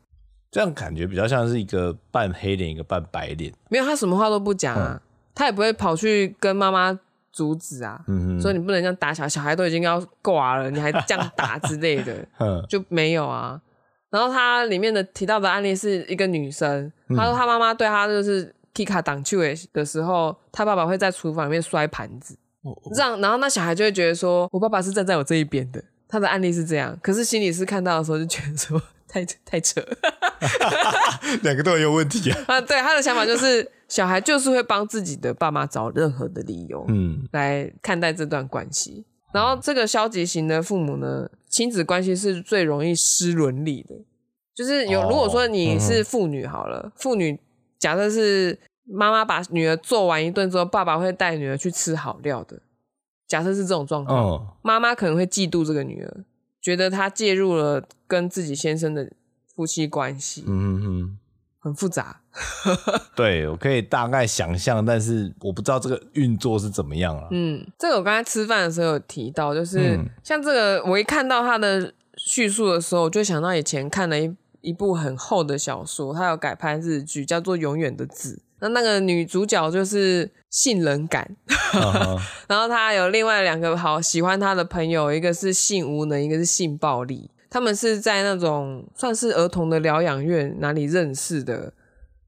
[SPEAKER 1] 这样感觉比较像是一个半黑脸，一个半白脸。
[SPEAKER 2] 没有，他什么话都不讲啊，他也不会跑去跟妈妈阻止啊。
[SPEAKER 1] 嗯
[SPEAKER 2] 说你不能这样打小孩，小孩都已经要挂了，你还这样打之类的。
[SPEAKER 1] 哼，
[SPEAKER 2] 就没有啊。然后它里面的提到的案例是一个女生，她说她妈妈对她就是 Kika 挡去的时候，她爸爸会在厨房里面摔盘子，这样，然后那小孩就会觉得说，我爸爸是站在我这一边的。他的案例是这样，可是心理师看到的时候就觉得说，太太扯
[SPEAKER 1] 两个都很有问题啊。
[SPEAKER 2] 啊！ 对，他的想法就是，小孩就是会帮自己的爸妈找任何的理由，
[SPEAKER 1] 嗯，
[SPEAKER 2] 来看待这段关系。然后这个消极型的父母呢，亲子关系是最容易失伦理的，就是有、
[SPEAKER 1] 哦
[SPEAKER 2] 如果说你是妇女好了，妇女假设是妈妈把女儿做完一顿之后，爸爸会带女儿去吃好料的，假设是这种状况，
[SPEAKER 1] 哦，
[SPEAKER 2] 妈妈可能会嫉妒这个女儿，觉得她介入了跟自己先生的夫妻关系，
[SPEAKER 1] 嗯嗯
[SPEAKER 2] 很复杂。
[SPEAKER 1] 嗯，对我可以大概想象，但是我不知道这个运作是怎么样啊了。
[SPEAKER 2] 嗯，这个我刚才吃饭的时候有提到，就是、
[SPEAKER 1] 嗯
[SPEAKER 2] 像这个，我一看到他的叙述的时候，我就想到以前看了一一部很厚的小说，它有改拍日剧，叫做《永远的字》。那那个女主角就是性冷感，
[SPEAKER 1] 嗯
[SPEAKER 2] 然后她有另外两个好喜欢她的朋友，一个是性无能，一个是性暴力。他们是在那种算是儿童的疗养院哪里认识的。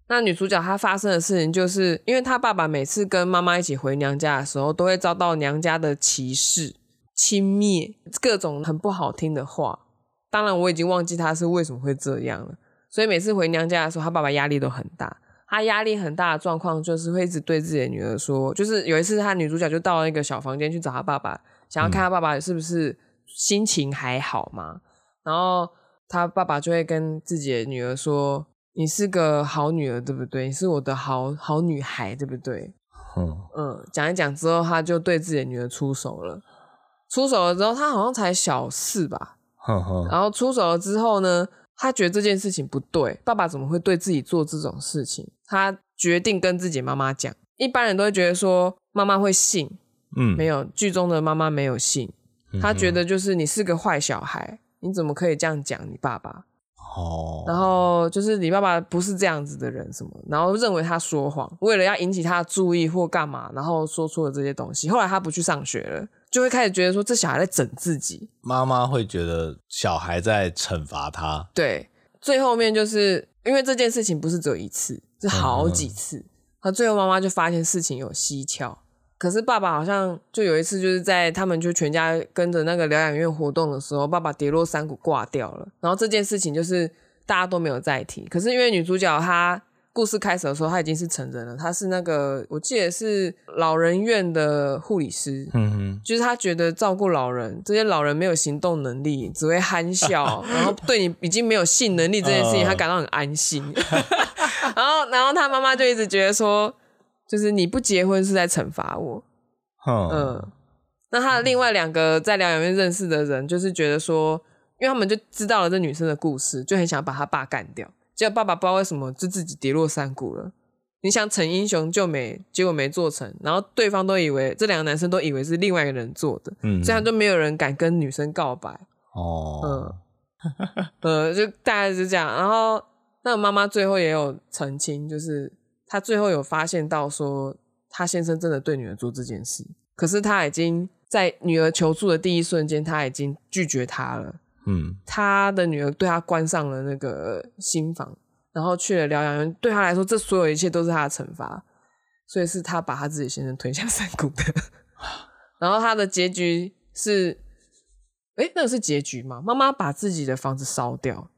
[SPEAKER 2] 那女主角她发生的事情，就是因为她爸爸每次跟妈妈一起回娘家的时候，都会遭到娘家的歧视、轻蔑，各种很不好听的话。当然，我已经忘记她是为什么会这样了。所以每次回娘家的时候，她爸爸压力都很大。她压力很大的状况就是会一直对自己的女儿说，就是有一次，她女主角就到那个小房间去找她爸爸，想要看她爸爸是不是心情还好嘛。然后他爸爸就会跟自己的女儿说：“你是个好女儿，对不对？你是我的好好女孩，对不对
[SPEAKER 1] 嗯？”
[SPEAKER 2] 嗯，讲一讲之后，他就对自己的女儿出手了。出手了之后，他好像才小四吧。
[SPEAKER 1] 哼哼，
[SPEAKER 2] 然后出手了之后呢，他觉得这件事情不对，爸爸怎么会对自己做这种事情？他决定跟自己妈妈讲。一般人都会觉得说妈妈会信，
[SPEAKER 1] 嗯，
[SPEAKER 2] 没有剧中的妈妈没有信，
[SPEAKER 1] 有
[SPEAKER 2] 她觉得就是你是个坏小孩，你怎么可以这样讲你爸爸？
[SPEAKER 1] 哦，
[SPEAKER 2] 然后就是你爸爸不是这样子的人什么，然后认为他说谎，为了要引起他的注意或干嘛，然后说出了这些东西。后来他不去上学了，就会开始觉得说这小孩在整自己。
[SPEAKER 1] 妈妈会觉得小孩在惩罚他，
[SPEAKER 2] 对，最后面就是因为这件事情不是只有一次，是好几次。他最后妈妈就发现事情有蹊跷，可是爸爸好像就有一次就是在他们就全家跟着那个疗养院活动的时候，爸爸跌落山谷挂掉了。然后这件事情就是大家都没有再提。可是因为女主角她故事开始的时候她已经是成人了，她是那个我记得是老人院的护理师，
[SPEAKER 1] 嗯哼，
[SPEAKER 2] 就是他觉得照顾老人，这些老人没有行动能力，只会憨笑，然后对你已经没有性能力这件事情，
[SPEAKER 1] 嗯
[SPEAKER 2] 他感到很安心。 然后，然后他妈妈就一直觉得说，就是你不结婚是在惩罚我。
[SPEAKER 1] 哼，
[SPEAKER 2] 嗯，那他的另外两个在疗养院认识的人，就是觉得说，因为他们就知道了这女生的故事，就很想把他爸干掉。结果爸爸不知道为什么就自己跌落山谷了。你想逞英雄就没，结果没做成，然后对方都以为这两个男生都以为是另外一个人做的，
[SPEAKER 1] 嗯
[SPEAKER 2] 所以他就没有人敢跟女生告白。
[SPEAKER 1] 哦，
[SPEAKER 2] 呃，就大概是这样。然后那个妈妈最后也有澄清，就是她最后有发现到说，她先生真的对女儿做这件事，可是她已经在女儿求助的第一瞬间，她已经拒绝她了。
[SPEAKER 1] 嗯
[SPEAKER 2] 她的女儿对她关上了那个新房，然后去了疗养院。对她来说，这所有一切都是她的惩罚，所以是她把她自己先生推下山谷的。 然后她的结局是，诶，那个是结局吗？妈妈把自己的房子烧掉，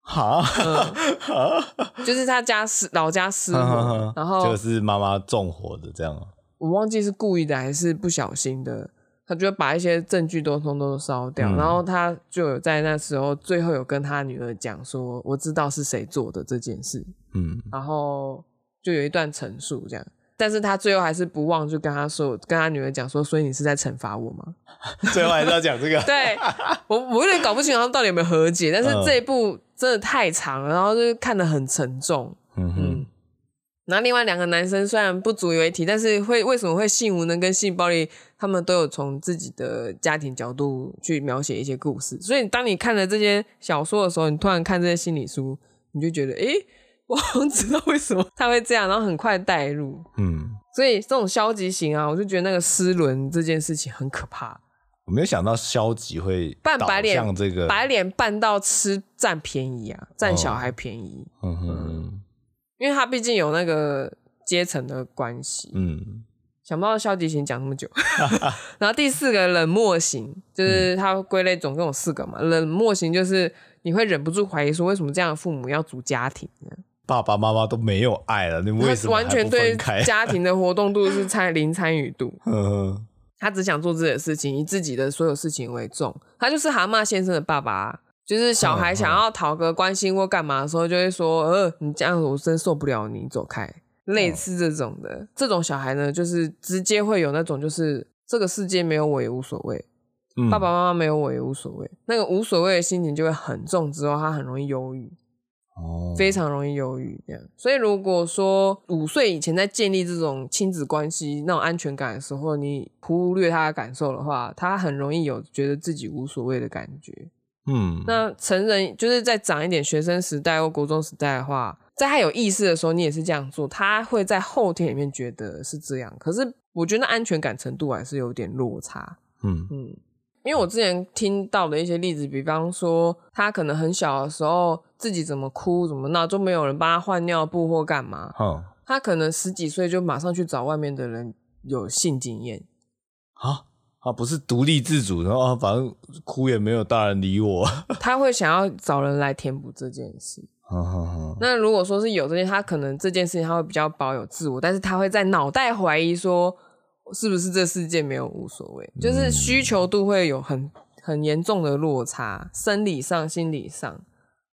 [SPEAKER 1] 好，，
[SPEAKER 2] 呃就是她家失老家失火 然后
[SPEAKER 1] 就是妈妈纵火的这样啊，
[SPEAKER 2] 我忘记是故意的还是不小心的，他就把一些证据都通通烧掉，
[SPEAKER 1] 嗯
[SPEAKER 2] 然后他就有在那时候最后有跟他女儿讲说，我知道是谁做的这件事，
[SPEAKER 1] 嗯
[SPEAKER 2] 然后就有一段陈述这样，但是他最后还是不忘就跟他说，跟他女儿讲说，所以你是在惩罚我吗？，
[SPEAKER 1] 最后还是要讲这个
[SPEAKER 2] 对我我有点搞不清楚他们到底有没有和解，但是
[SPEAKER 1] 嗯
[SPEAKER 2] 这一部真的太长了，然后就是看得很沉重，
[SPEAKER 1] 嗯哼，
[SPEAKER 2] 然后另外两个男生虽然不足为提，但是会为什么会性无能跟性暴力，他们都有从自己的家庭角度去描写一些故事。所以当你看了这些小说的时候，你突然看这些心理书，你就觉得，诶，我好像知道为什么他会这样，然后很快带入。
[SPEAKER 1] 嗯，
[SPEAKER 2] 所以这种消极型啊，我就觉得那个失伦这件事情很可怕，
[SPEAKER 1] 我没有想到消极会
[SPEAKER 2] 扮白脸
[SPEAKER 1] 导向这个，
[SPEAKER 2] 白脸扮到吃占便宜啊，占小孩便宜，
[SPEAKER 1] 嗯哼
[SPEAKER 2] 因为他毕竟有那个阶层的关系。
[SPEAKER 1] 嗯
[SPEAKER 2] 想不到消极型讲那 么久， 然后第四个冷漠型，就是
[SPEAKER 1] 嗯
[SPEAKER 2] 它归类总共有四个嘛。冷漠型就是你会忍不住怀疑说，为什么这样的父母要组家庭呢？
[SPEAKER 1] 爸爸妈妈都没有爱了，你为什
[SPEAKER 2] 他
[SPEAKER 1] 么
[SPEAKER 2] 完全
[SPEAKER 1] 还
[SPEAKER 2] 对
[SPEAKER 1] 不分开？
[SPEAKER 2] 家庭的活动度是参零参与度，
[SPEAKER 1] 嗯
[SPEAKER 2] 他只想做自己的事情，以自己的所有事情为重。他就是蛤蟆先生的爸爸啊、就是小孩想要讨个关心或干嘛的时候，就会说：“呃，你这样子我真受不了你，你走开。”类似这种的，这种小孩呢，就是直接会有那种，就是这个世界没有我也无所谓，
[SPEAKER 1] 嗯，
[SPEAKER 2] 爸爸妈妈没有我也无所谓，那个无所谓的心情就会很重，之后他很容易忧郁。
[SPEAKER 1] 哦
[SPEAKER 2] 非常容易忧郁这样。所以如果说五岁以前在建立这种亲子关系那种安全感的时候，你忽略他的感受的话，他很容易有觉得自己无所谓的感觉。
[SPEAKER 1] 嗯，
[SPEAKER 2] 那成人就是再长一点，学生时代或国中时代的话，在他有意识的时候，你也是这样做，他会在后天里面觉得是这样。可是我觉得那安全感程度还是有点落差。
[SPEAKER 1] 嗯
[SPEAKER 2] 嗯，因为我之前听到的一些例子，比方说他可能很小的时候自己怎么哭怎么闹，就没有人帮他换尿布或干嘛，
[SPEAKER 1] 哼
[SPEAKER 2] 他可能十几岁就马上去找外面的人有性经验。
[SPEAKER 1] 啊啊，不是独立自主，然后啊，反正哭也没有大人理我。
[SPEAKER 2] 他会想要找人来填补这件事。
[SPEAKER 1] 嗯哼哼哼
[SPEAKER 2] 那如果说是有这件，他可能这件事情他会比较保有自我，但是他会在脑袋怀疑说，是不是这世界没有无所谓，就是需求度会有很很严重的落差，生理上、心理上。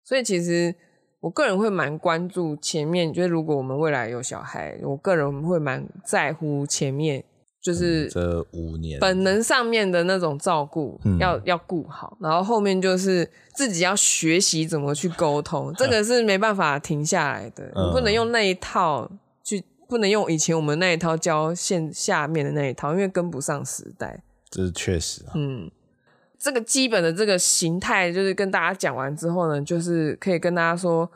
[SPEAKER 2] 所以其实我个人会蛮关注前面，就是如果我们未来有小孩，我个人会蛮在乎前面，就是
[SPEAKER 1] 这五年，
[SPEAKER 2] 本能上面的那种照顾，
[SPEAKER 1] 嗯
[SPEAKER 2] 要要顾好，然后后面就是自己要学习怎么去沟通，这个是没办法停下来的，
[SPEAKER 1] 嗯
[SPEAKER 2] 你不能用那一套去，不能用以前我们那一套教线下面的那一套，因为跟不上时代。
[SPEAKER 1] 这是确实啊。
[SPEAKER 2] 嗯，这个基本的这个形态，就是跟大家讲完之后呢，就是可以跟大家说，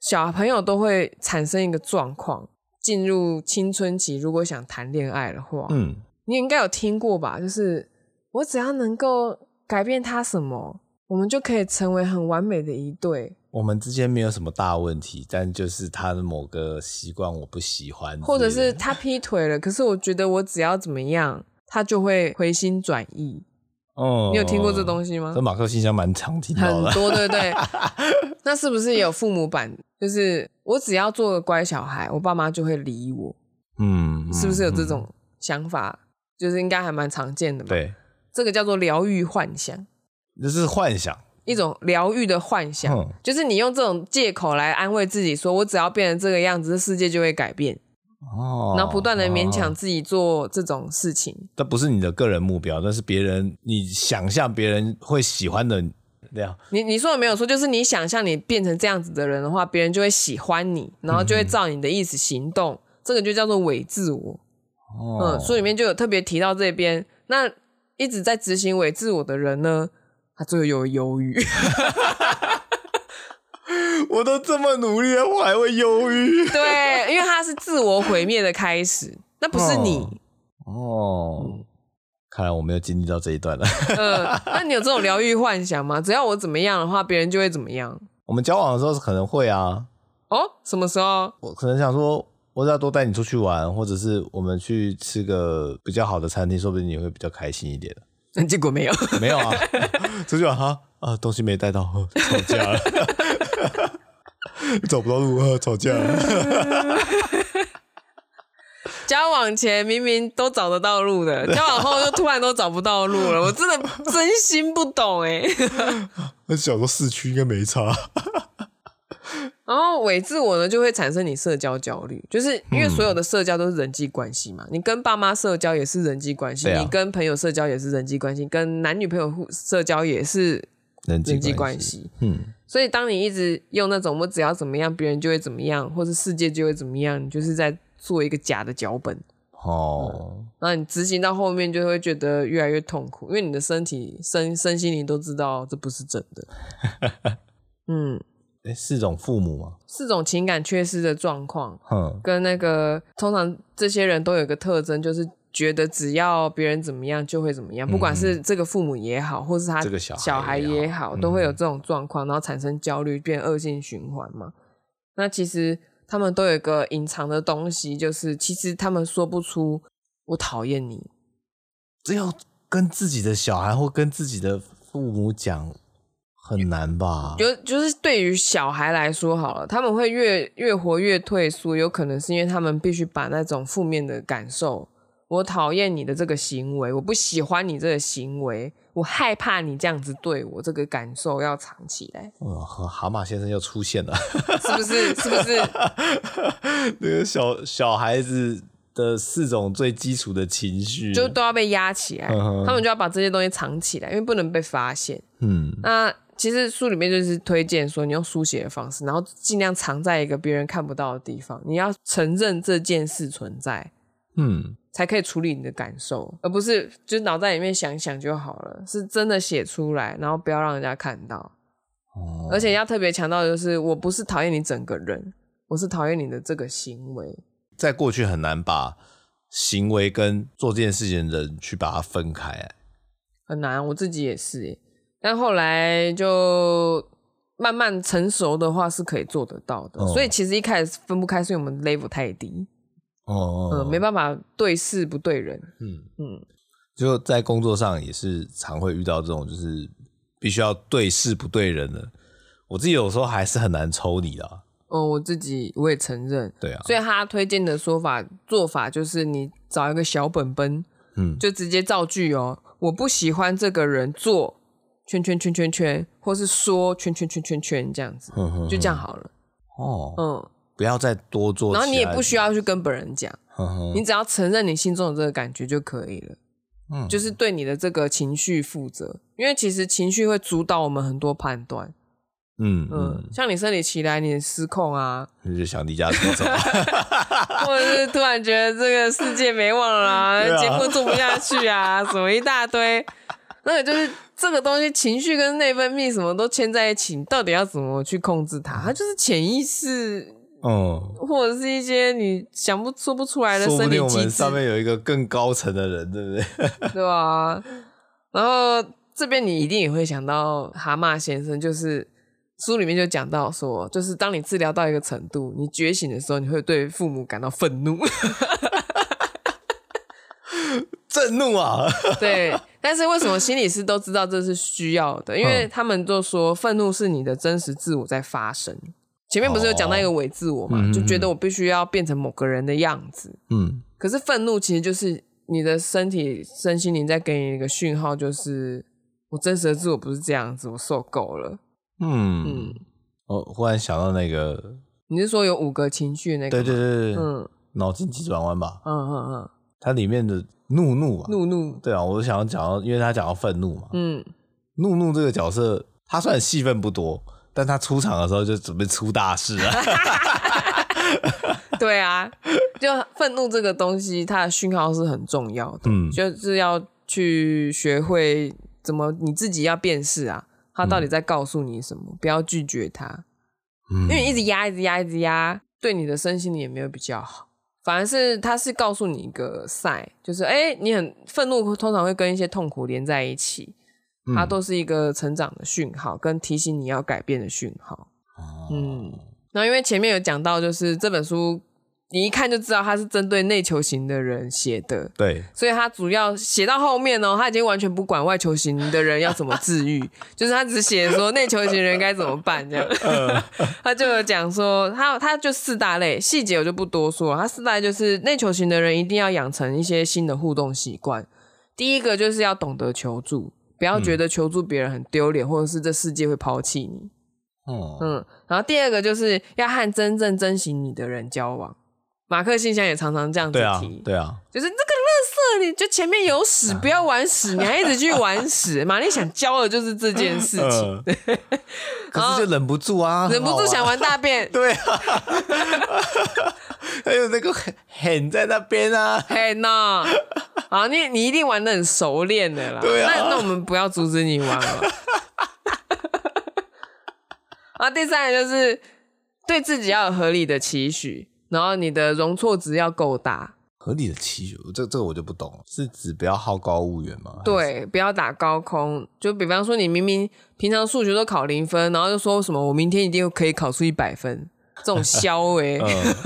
[SPEAKER 2] 小朋友都会产生一个状况，进入青春期，如果想谈恋爱的话，
[SPEAKER 1] 嗯，
[SPEAKER 2] 你应该有听过吧？就是我只要能够改变他什么，我们就可以成为很完美的一对，
[SPEAKER 1] 我们之间没有什么大问题，但就是他的某个习惯我不喜欢之类的，
[SPEAKER 2] 或者是他劈腿了，可是我觉得我只要怎么样，他就会回心转意。
[SPEAKER 1] 哦，
[SPEAKER 2] 你有听过这东西吗
[SPEAKER 1] 这？马克信箱蛮常听
[SPEAKER 2] 很
[SPEAKER 1] 到的。
[SPEAKER 2] 多，对 不对？那是不是也有父母版？就是我只要做个乖小孩，我爸妈就会理我，
[SPEAKER 1] 嗯，嗯
[SPEAKER 2] 是不是有这
[SPEAKER 1] 嗯
[SPEAKER 2] 种想法？就是应该还蛮常见的嘛。，
[SPEAKER 1] 对，
[SPEAKER 2] 这个叫做疗愈幻想。
[SPEAKER 1] 这是幻想。
[SPEAKER 2] 一种疗愈的幻想，
[SPEAKER 1] 嗯
[SPEAKER 2] 就是你用这种借口来安慰自己说我只要变成这个样子，这世界就会改变，
[SPEAKER 1] 哦，
[SPEAKER 2] 然后不断的勉
[SPEAKER 1] 哦，
[SPEAKER 2] 强
[SPEAKER 1] 哦
[SPEAKER 2] 自己做这种事情。
[SPEAKER 1] 这不是你的个人目标，但是别人你想象别人会喜欢的那样，
[SPEAKER 2] 你你说的没有错，就是你想象你变成这样子的人的话，别人就会喜欢你，然后就会
[SPEAKER 1] 嗯
[SPEAKER 2] 照你的意思行动，这个就叫做伪自我。
[SPEAKER 1] 哦
[SPEAKER 2] 嗯，书里面就有特别提到这边，那一直在执行伪自我的人呢，他最后有忧郁。
[SPEAKER 1] 我都这么努力了，我还会忧郁。
[SPEAKER 2] 对，因为他是自我毁灭的开始，那不是你。
[SPEAKER 1] 哦，看来我没有经历到这一段了。
[SPEAKER 2] 嗯，那你有这种疗愈幻想吗？只要我怎么样的话，别人就会怎么样。
[SPEAKER 1] 我们交往的时候可能会啊，
[SPEAKER 2] 哦，什么时候？
[SPEAKER 1] 我可能想说，我只要多带你出去玩，或者是我们去吃个比较好的餐厅，说不定你会比较开心一点。
[SPEAKER 2] 嗯结果没有。
[SPEAKER 1] 没有啊，出去玩哈啊，东西没带到，呵吵架了， 找不到路，呵吵架了。
[SPEAKER 2] 交往前明明都找得到路的，交往后又突然都找不到路了，我真 的真心不懂哎、
[SPEAKER 1] 那小时候市区应该没差，
[SPEAKER 2] 然后伪自我呢，就会产生你社交焦虑，就是因为所有的社交都是人际关系嘛。你跟爸妈社交也是人际关系，
[SPEAKER 1] 对啊
[SPEAKER 2] 你跟朋友社交也是人际关系，跟男女朋友互社交也是
[SPEAKER 1] 人
[SPEAKER 2] 人际关，系。
[SPEAKER 1] 嗯，
[SPEAKER 2] 所以，当你一直用那种我只要怎么样，别人就会怎么样，或是世界就会怎么样，你就是在做一个假的脚本。
[SPEAKER 1] 哦，
[SPEAKER 2] 然后你执行到后面，就会觉得越来越痛苦，因为你的身体、身身心灵都知道这不是真的。嗯，
[SPEAKER 1] 哎，是种父母吗？
[SPEAKER 2] 四种情感缺失的状况，
[SPEAKER 1] 哼，
[SPEAKER 2] 跟那个通常这些人都有一个特征，就是觉得只要别人怎么样就会怎么样，不管是这个父母也好，或是他
[SPEAKER 1] 嗯这个小孩
[SPEAKER 2] 孩
[SPEAKER 1] 也嗯
[SPEAKER 2] 也好，都会有这种状况，然后产生焦虑，变恶性循环嘛。那其实他们都有一个隐藏的东西，就是其实他们说不出“我讨厌你
[SPEAKER 1] 只有跟自己的小孩或跟自己的父母讲，很难”，吧？
[SPEAKER 2] 就就是对于小孩来说好了，他们会越越活越退缩，有可能是因为他们必须把那种负面的感受，我讨厌你的这个行为，我不喜欢你这个行为，我害怕你这样子对我，这个感受要藏起来，
[SPEAKER 1] 嗯，和蛤蟆先生又出现了。
[SPEAKER 2] 是不是？是不是？
[SPEAKER 1] 那个小小孩子的四种最基础的情绪，
[SPEAKER 2] 就都要被压起来，他们就要把这些东西藏起来，因为不能被发现。
[SPEAKER 1] 嗯
[SPEAKER 2] 那其实书里面就是推荐说，你用书写的方式，然后尽量藏在一个别人看不到的地方，你要承认这件事存在，
[SPEAKER 1] 嗯，
[SPEAKER 2] 才可以处理你的感受，而不是就脑袋里面想一想就好了，是真的写出来，然后不要让人家看到。
[SPEAKER 1] 哦
[SPEAKER 2] 而且要特别强调的就是，我不是讨厌你整个人，我是讨厌你的这个行为。
[SPEAKER 1] 在过去很难把行为跟做这件事情的人去把它分开、哎
[SPEAKER 2] 很难，我自己也是耶。但后来就慢慢成熟的话，是可以做得到的。
[SPEAKER 1] 哦
[SPEAKER 2] 所以其实一开始分不开，是因为我们 level 太低，
[SPEAKER 1] 哦
[SPEAKER 2] 嗯、没办法对事不对人。
[SPEAKER 1] 嗯
[SPEAKER 2] 嗯，
[SPEAKER 1] 就在工作上也是常会遇到这种，就是必须要对事不对人的。我自己有时候还是很难抽离的啊、
[SPEAKER 2] 哦，我自己我也承认。
[SPEAKER 1] 对啊，
[SPEAKER 2] 所以他推荐的说法做法就是，你找一个小本本，
[SPEAKER 1] 嗯
[SPEAKER 2] 就直接造句哦。我不喜欢这个人做圈圈圈圈圈，或是说圈圈圈圈圈这样子，
[SPEAKER 1] 哼哼哼
[SPEAKER 2] 就这样好了。
[SPEAKER 1] 哦，
[SPEAKER 2] 嗯，
[SPEAKER 1] 不要再多做其他
[SPEAKER 2] 然
[SPEAKER 1] 的。嗯
[SPEAKER 2] 后你也不需要去跟本人讲。
[SPEAKER 1] 哼哼，
[SPEAKER 2] 你只要承认你心中有这个感觉就可以了，
[SPEAKER 1] 嗯
[SPEAKER 2] 就是对你的这个情绪负责，因为其实情绪会主导我们很多判断。
[SPEAKER 1] 嗯
[SPEAKER 2] 嗯，
[SPEAKER 1] 嗯，
[SPEAKER 2] 像你生理期来，你失控啊，
[SPEAKER 1] 你就想离家出 走。啊
[SPEAKER 2] 或者是突然觉得这个世界没望了、啊，
[SPEAKER 1] 对啊
[SPEAKER 2] 节目做不下 去啊，什么一大堆。那个就是这个东西，情绪跟内分泌什么都牵在一起，你到底要怎么去控制它？它就是潜意识，
[SPEAKER 1] 嗯，
[SPEAKER 2] 或者是一些你想不说不出来的
[SPEAKER 1] 说不
[SPEAKER 2] 生理
[SPEAKER 1] 定我
[SPEAKER 2] 机
[SPEAKER 1] 们
[SPEAKER 2] 制
[SPEAKER 1] 上面有一个更高层的人，对不对？
[SPEAKER 2] 对啊，然后这边你一定也会想到蛤蟆先生，就是书里面就讲到说，就是当你治疗到一个程度，你觉醒的时候，你会对父母感到愤怒。
[SPEAKER 1] 震怒啊！
[SPEAKER 2] 对，但是为什么心理师都知道这是需要的？因
[SPEAKER 1] 嗯
[SPEAKER 2] 为他们就说，愤怒是你的真实自我在发生。前面不是有讲到一个伪自我嘛，
[SPEAKER 1] 哦
[SPEAKER 2] 就觉得我必须要变成某个人的样子。
[SPEAKER 1] 嗯
[SPEAKER 2] 可是愤怒其实就是你的身体、身心灵在给你一个讯号，就是我真实的自我不是这样子，我受够了。
[SPEAKER 1] 嗯，我忽然想到那个，
[SPEAKER 2] 你是说有五个情绪那个
[SPEAKER 1] 对
[SPEAKER 2] 吗？
[SPEAKER 1] 对对对，
[SPEAKER 2] 嗯
[SPEAKER 1] 脑筋急转弯吧，
[SPEAKER 2] 嗯嗯嗯，
[SPEAKER 1] 它里面的怒怒啊，
[SPEAKER 2] 怒怒，
[SPEAKER 1] 对啊，我想要讲到，因为他讲到愤怒嘛，
[SPEAKER 2] 嗯，
[SPEAKER 1] 怒怒这个角色，他虽然戏份不多，但他出场的时候就准备出大事 啊。
[SPEAKER 2] 对啊，就愤怒这个东西，它的讯号是很重要的，
[SPEAKER 1] 嗯
[SPEAKER 2] 就是要去学会怎么你自己要辨识啊，它到底在告诉你什么，不要拒绝它，
[SPEAKER 1] 嗯
[SPEAKER 2] 因为你一直压、一直压、一直压，对你的身心灵也没有比较好。反而是它是告诉你一个赛，就是哎、你很愤怒，通常会跟一些痛苦连在一起，
[SPEAKER 1] 嗯
[SPEAKER 2] 它都是一个成长的讯号，跟提醒你要改变的讯号。嗯，那因为前面有讲到，就是这本书你一看就知道它是针对内求型的人写的，
[SPEAKER 1] 对，
[SPEAKER 2] 所以它主要写到后面哦，他已经完全不管外求型的人要怎么治愈， 就是他只写说内求型人该怎么 办这样。
[SPEAKER 1] 嗯
[SPEAKER 2] 他就有讲说，他他就四大类，细节我就不多说了。他四大类就是内求型的人一定要养成一些新的互动习惯。第一个就是要懂得求助，不要觉得求助别人很丢脸，或者是这世界会抛弃你。
[SPEAKER 1] 嗯，
[SPEAKER 2] 嗯，然后第二个就是要和真正珍惜你的人交往。马克信箱也常常这样子
[SPEAKER 1] 对啊
[SPEAKER 2] 提，，
[SPEAKER 1] 对啊，
[SPEAKER 2] 就是这个垃圾，你就前面有屎，不要玩屎，你还一直去玩 屎。玛丽想教的就是这件事情，
[SPEAKER 1] 嗯， 可是就忍不住啊，
[SPEAKER 2] 哦忍不住想
[SPEAKER 1] 很好玩。。
[SPEAKER 2] 玩大便
[SPEAKER 1] 对啊，还哎有那个很在那边啊，
[SPEAKER 2] 嘿那好，你你一定玩的很熟练的啦。
[SPEAKER 1] 对啊
[SPEAKER 2] 那那我们不要阻止你玩了。 然后第三个就是对自己要有合理的期许，然后你的容错值要够大。
[SPEAKER 1] 合理的期许，这这个我就不懂了，是指不要好高骛远吗？
[SPEAKER 2] 对，不要打高空。就比方说，你明明平常数学都考零分，然后就说什么我明天一定可以考出一百分，这种消 诶、
[SPEAKER 1] 还是，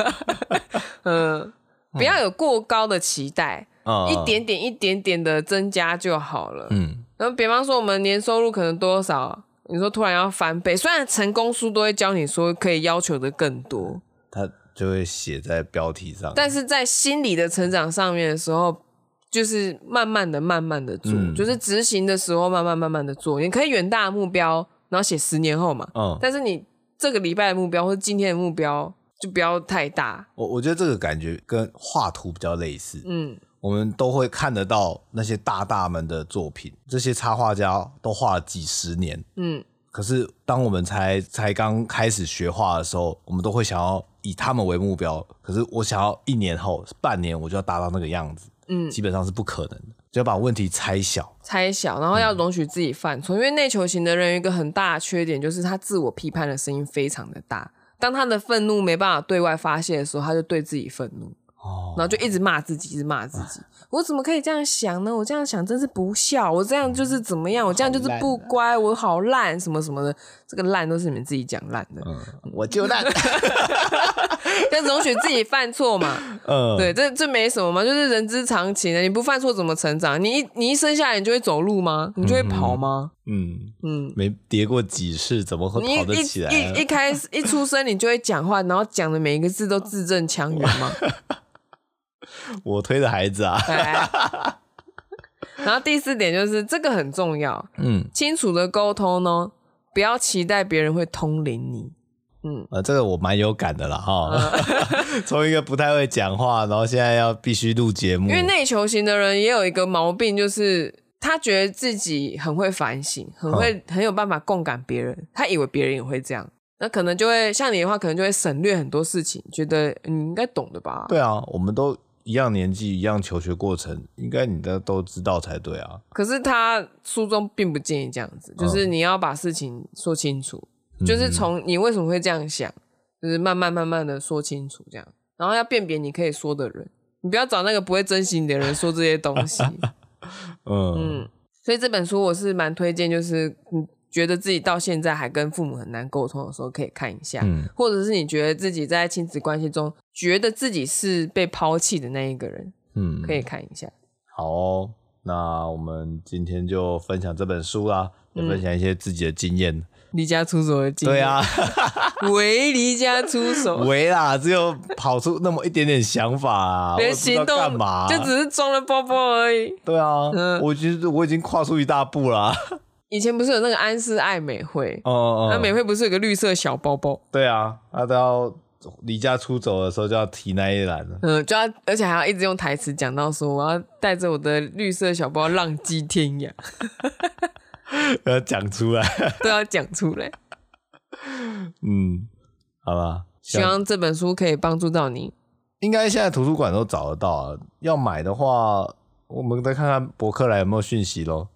[SPEAKER 2] 嗯，不要有过高的期待，
[SPEAKER 1] 嗯，
[SPEAKER 2] 一点点一点点的增加就好了。
[SPEAKER 1] 嗯，
[SPEAKER 2] 然后，比方说，我们年收入可能多少？你说突然要翻倍，虽然成功书都会教你说可以要求的更多，
[SPEAKER 1] 他就会写在标题上，
[SPEAKER 2] 但是在心理的成长上面的时候，就是慢慢的、慢慢的做，
[SPEAKER 1] 嗯
[SPEAKER 2] 就是执行的时候慢慢、慢慢的做。你可以远大的目标，然后写十年后嘛。
[SPEAKER 1] 嗯，
[SPEAKER 2] 但是你这个礼拜的目标或者今天的目标就不要太大。
[SPEAKER 1] 我我觉得这个感觉跟画图比较类似，
[SPEAKER 2] 嗯，
[SPEAKER 1] 我们都会看得到那些大大们的作品，这些插画家都画了几十年，
[SPEAKER 2] 嗯，
[SPEAKER 1] 可是当我们才才刚开始学画的时候，我们都会想要一以他们为目标，可是我想要一年后、半年我就要达到那个样子，嗯，基本上是不可能的，就要把问题拆小。
[SPEAKER 2] 拆小，然后要容许自己犯错，因为内求型的人有一个很大的缺点，就是他自我批判的声音非常的大。当他的愤怒没办法对外发泄的时候，他就对自己愤怒，
[SPEAKER 1] 哦
[SPEAKER 2] 然后就一直骂自己，一直骂自己。我怎么可以这样想呢？我这样想真是不孝，我这样就是怎么样，我这样
[SPEAKER 1] 啊
[SPEAKER 2] 就是不乖，我好烂，什么什么的。这个烂都是你们自己讲烂
[SPEAKER 1] 嗯
[SPEAKER 2] 的，
[SPEAKER 1] 我就烂，
[SPEAKER 2] 要容许自己犯错嘛。
[SPEAKER 1] 嗯，
[SPEAKER 2] 对，这这没什么嘛，就是人之常情啊的。你不犯错怎么成长？你一你一生下来，你就会走路吗？你就会跑吗？
[SPEAKER 1] 嗯，
[SPEAKER 2] 嗯
[SPEAKER 1] 没跌过几次，怎么会
[SPEAKER 2] 你一
[SPEAKER 1] 跑得起来
[SPEAKER 2] 一
[SPEAKER 1] 啊
[SPEAKER 2] 一一？开始一出生你就会讲话，然后讲的每一个字都字正腔圆 嘛。
[SPEAKER 1] 我推的孩子啊，
[SPEAKER 2] 哎然后第四点就是这个很重要，
[SPEAKER 1] 嗯，
[SPEAKER 2] 清楚的沟通呢，不要期待别人会通灵你。
[SPEAKER 1] 呃，这个我蛮有感的啦哈，
[SPEAKER 2] 嗯
[SPEAKER 1] 从一个不太会讲话，然后现在要必须录节目，
[SPEAKER 2] 因为内求型的人也有一个毛病，就是他觉得自己很会反省，很会很有办法共感别人，他以为别人也会这样，那可能就会像你的话，可能就会省略很多事情，觉得你应该懂的吧。
[SPEAKER 1] 对啊，我们都一样年纪，一样求学过程，应该你的都知道才对啊。
[SPEAKER 2] 可是他书中并不建议这样子，就是你要把事情说清楚，
[SPEAKER 1] 嗯
[SPEAKER 2] 就是从你为什么会这样想，就是慢慢慢慢的说清楚这样，然后要辨别你可以说的人，你不要找那个不会珍惜你的人说这些 东西。
[SPEAKER 1] 嗯
[SPEAKER 2] 嗯，所以这本书我是蛮推荐，就是你觉得自己到现在还跟父母很难沟通的时候，可以看一下，
[SPEAKER 1] 嗯
[SPEAKER 2] 或者是你觉得自己在亲子关系中觉得自己是被抛弃的那一个人，
[SPEAKER 1] 嗯，
[SPEAKER 2] 可以看一下。
[SPEAKER 1] 好哦。那我们今天就分享这本书啦，也分享一些自己的经验。
[SPEAKER 2] 离家出走的嗯经验，
[SPEAKER 1] 对啊，
[SPEAKER 2] 为离家出走，
[SPEAKER 1] 喂啦，只有跑出那么一点点想法啊，我也
[SPEAKER 2] 连
[SPEAKER 1] 不知
[SPEAKER 2] 行
[SPEAKER 1] 道
[SPEAKER 2] 动
[SPEAKER 1] 干嘛？啊
[SPEAKER 2] 就只是装了包包而已。
[SPEAKER 1] 对啊，
[SPEAKER 2] 嗯
[SPEAKER 1] 我其实我已经跨出一大步啦。
[SPEAKER 2] 以前不是有那个安室爱美惠，
[SPEAKER 1] 哦哦，
[SPEAKER 2] 那、
[SPEAKER 1] 嗯
[SPEAKER 2] 美惠不是有个绿色小包包，
[SPEAKER 1] 对啊，他都要离家出走的时候就要提那一栏了。
[SPEAKER 2] 嗯，就要而且还要一直用台词讲到说我要带着我的绿色小包浪迹天涯，
[SPEAKER 1] 要讲出来。
[SPEAKER 2] 都要讲出来。
[SPEAKER 1] 嗯，好吧，
[SPEAKER 2] 希望这本书可以帮助到你。
[SPEAKER 1] 应该现在图书馆都找得到啊。要买的话，我们再看看博客来有没有讯息咯。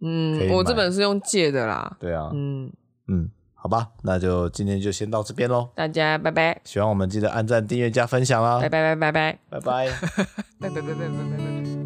[SPEAKER 1] 可以
[SPEAKER 2] 嗯，
[SPEAKER 1] 买
[SPEAKER 2] 我这本是用借的啦。
[SPEAKER 1] 对啊，
[SPEAKER 2] 嗯，
[SPEAKER 1] 嗯，好吧，那就今天就先到这边喽。
[SPEAKER 2] 大家拜拜，
[SPEAKER 1] 喜欢我们记得按赞、订阅、加分享啦
[SPEAKER 2] 拜，拜拜拜拜
[SPEAKER 1] 拜拜。
[SPEAKER 2] 拜拜拜拜拜拜拜拜。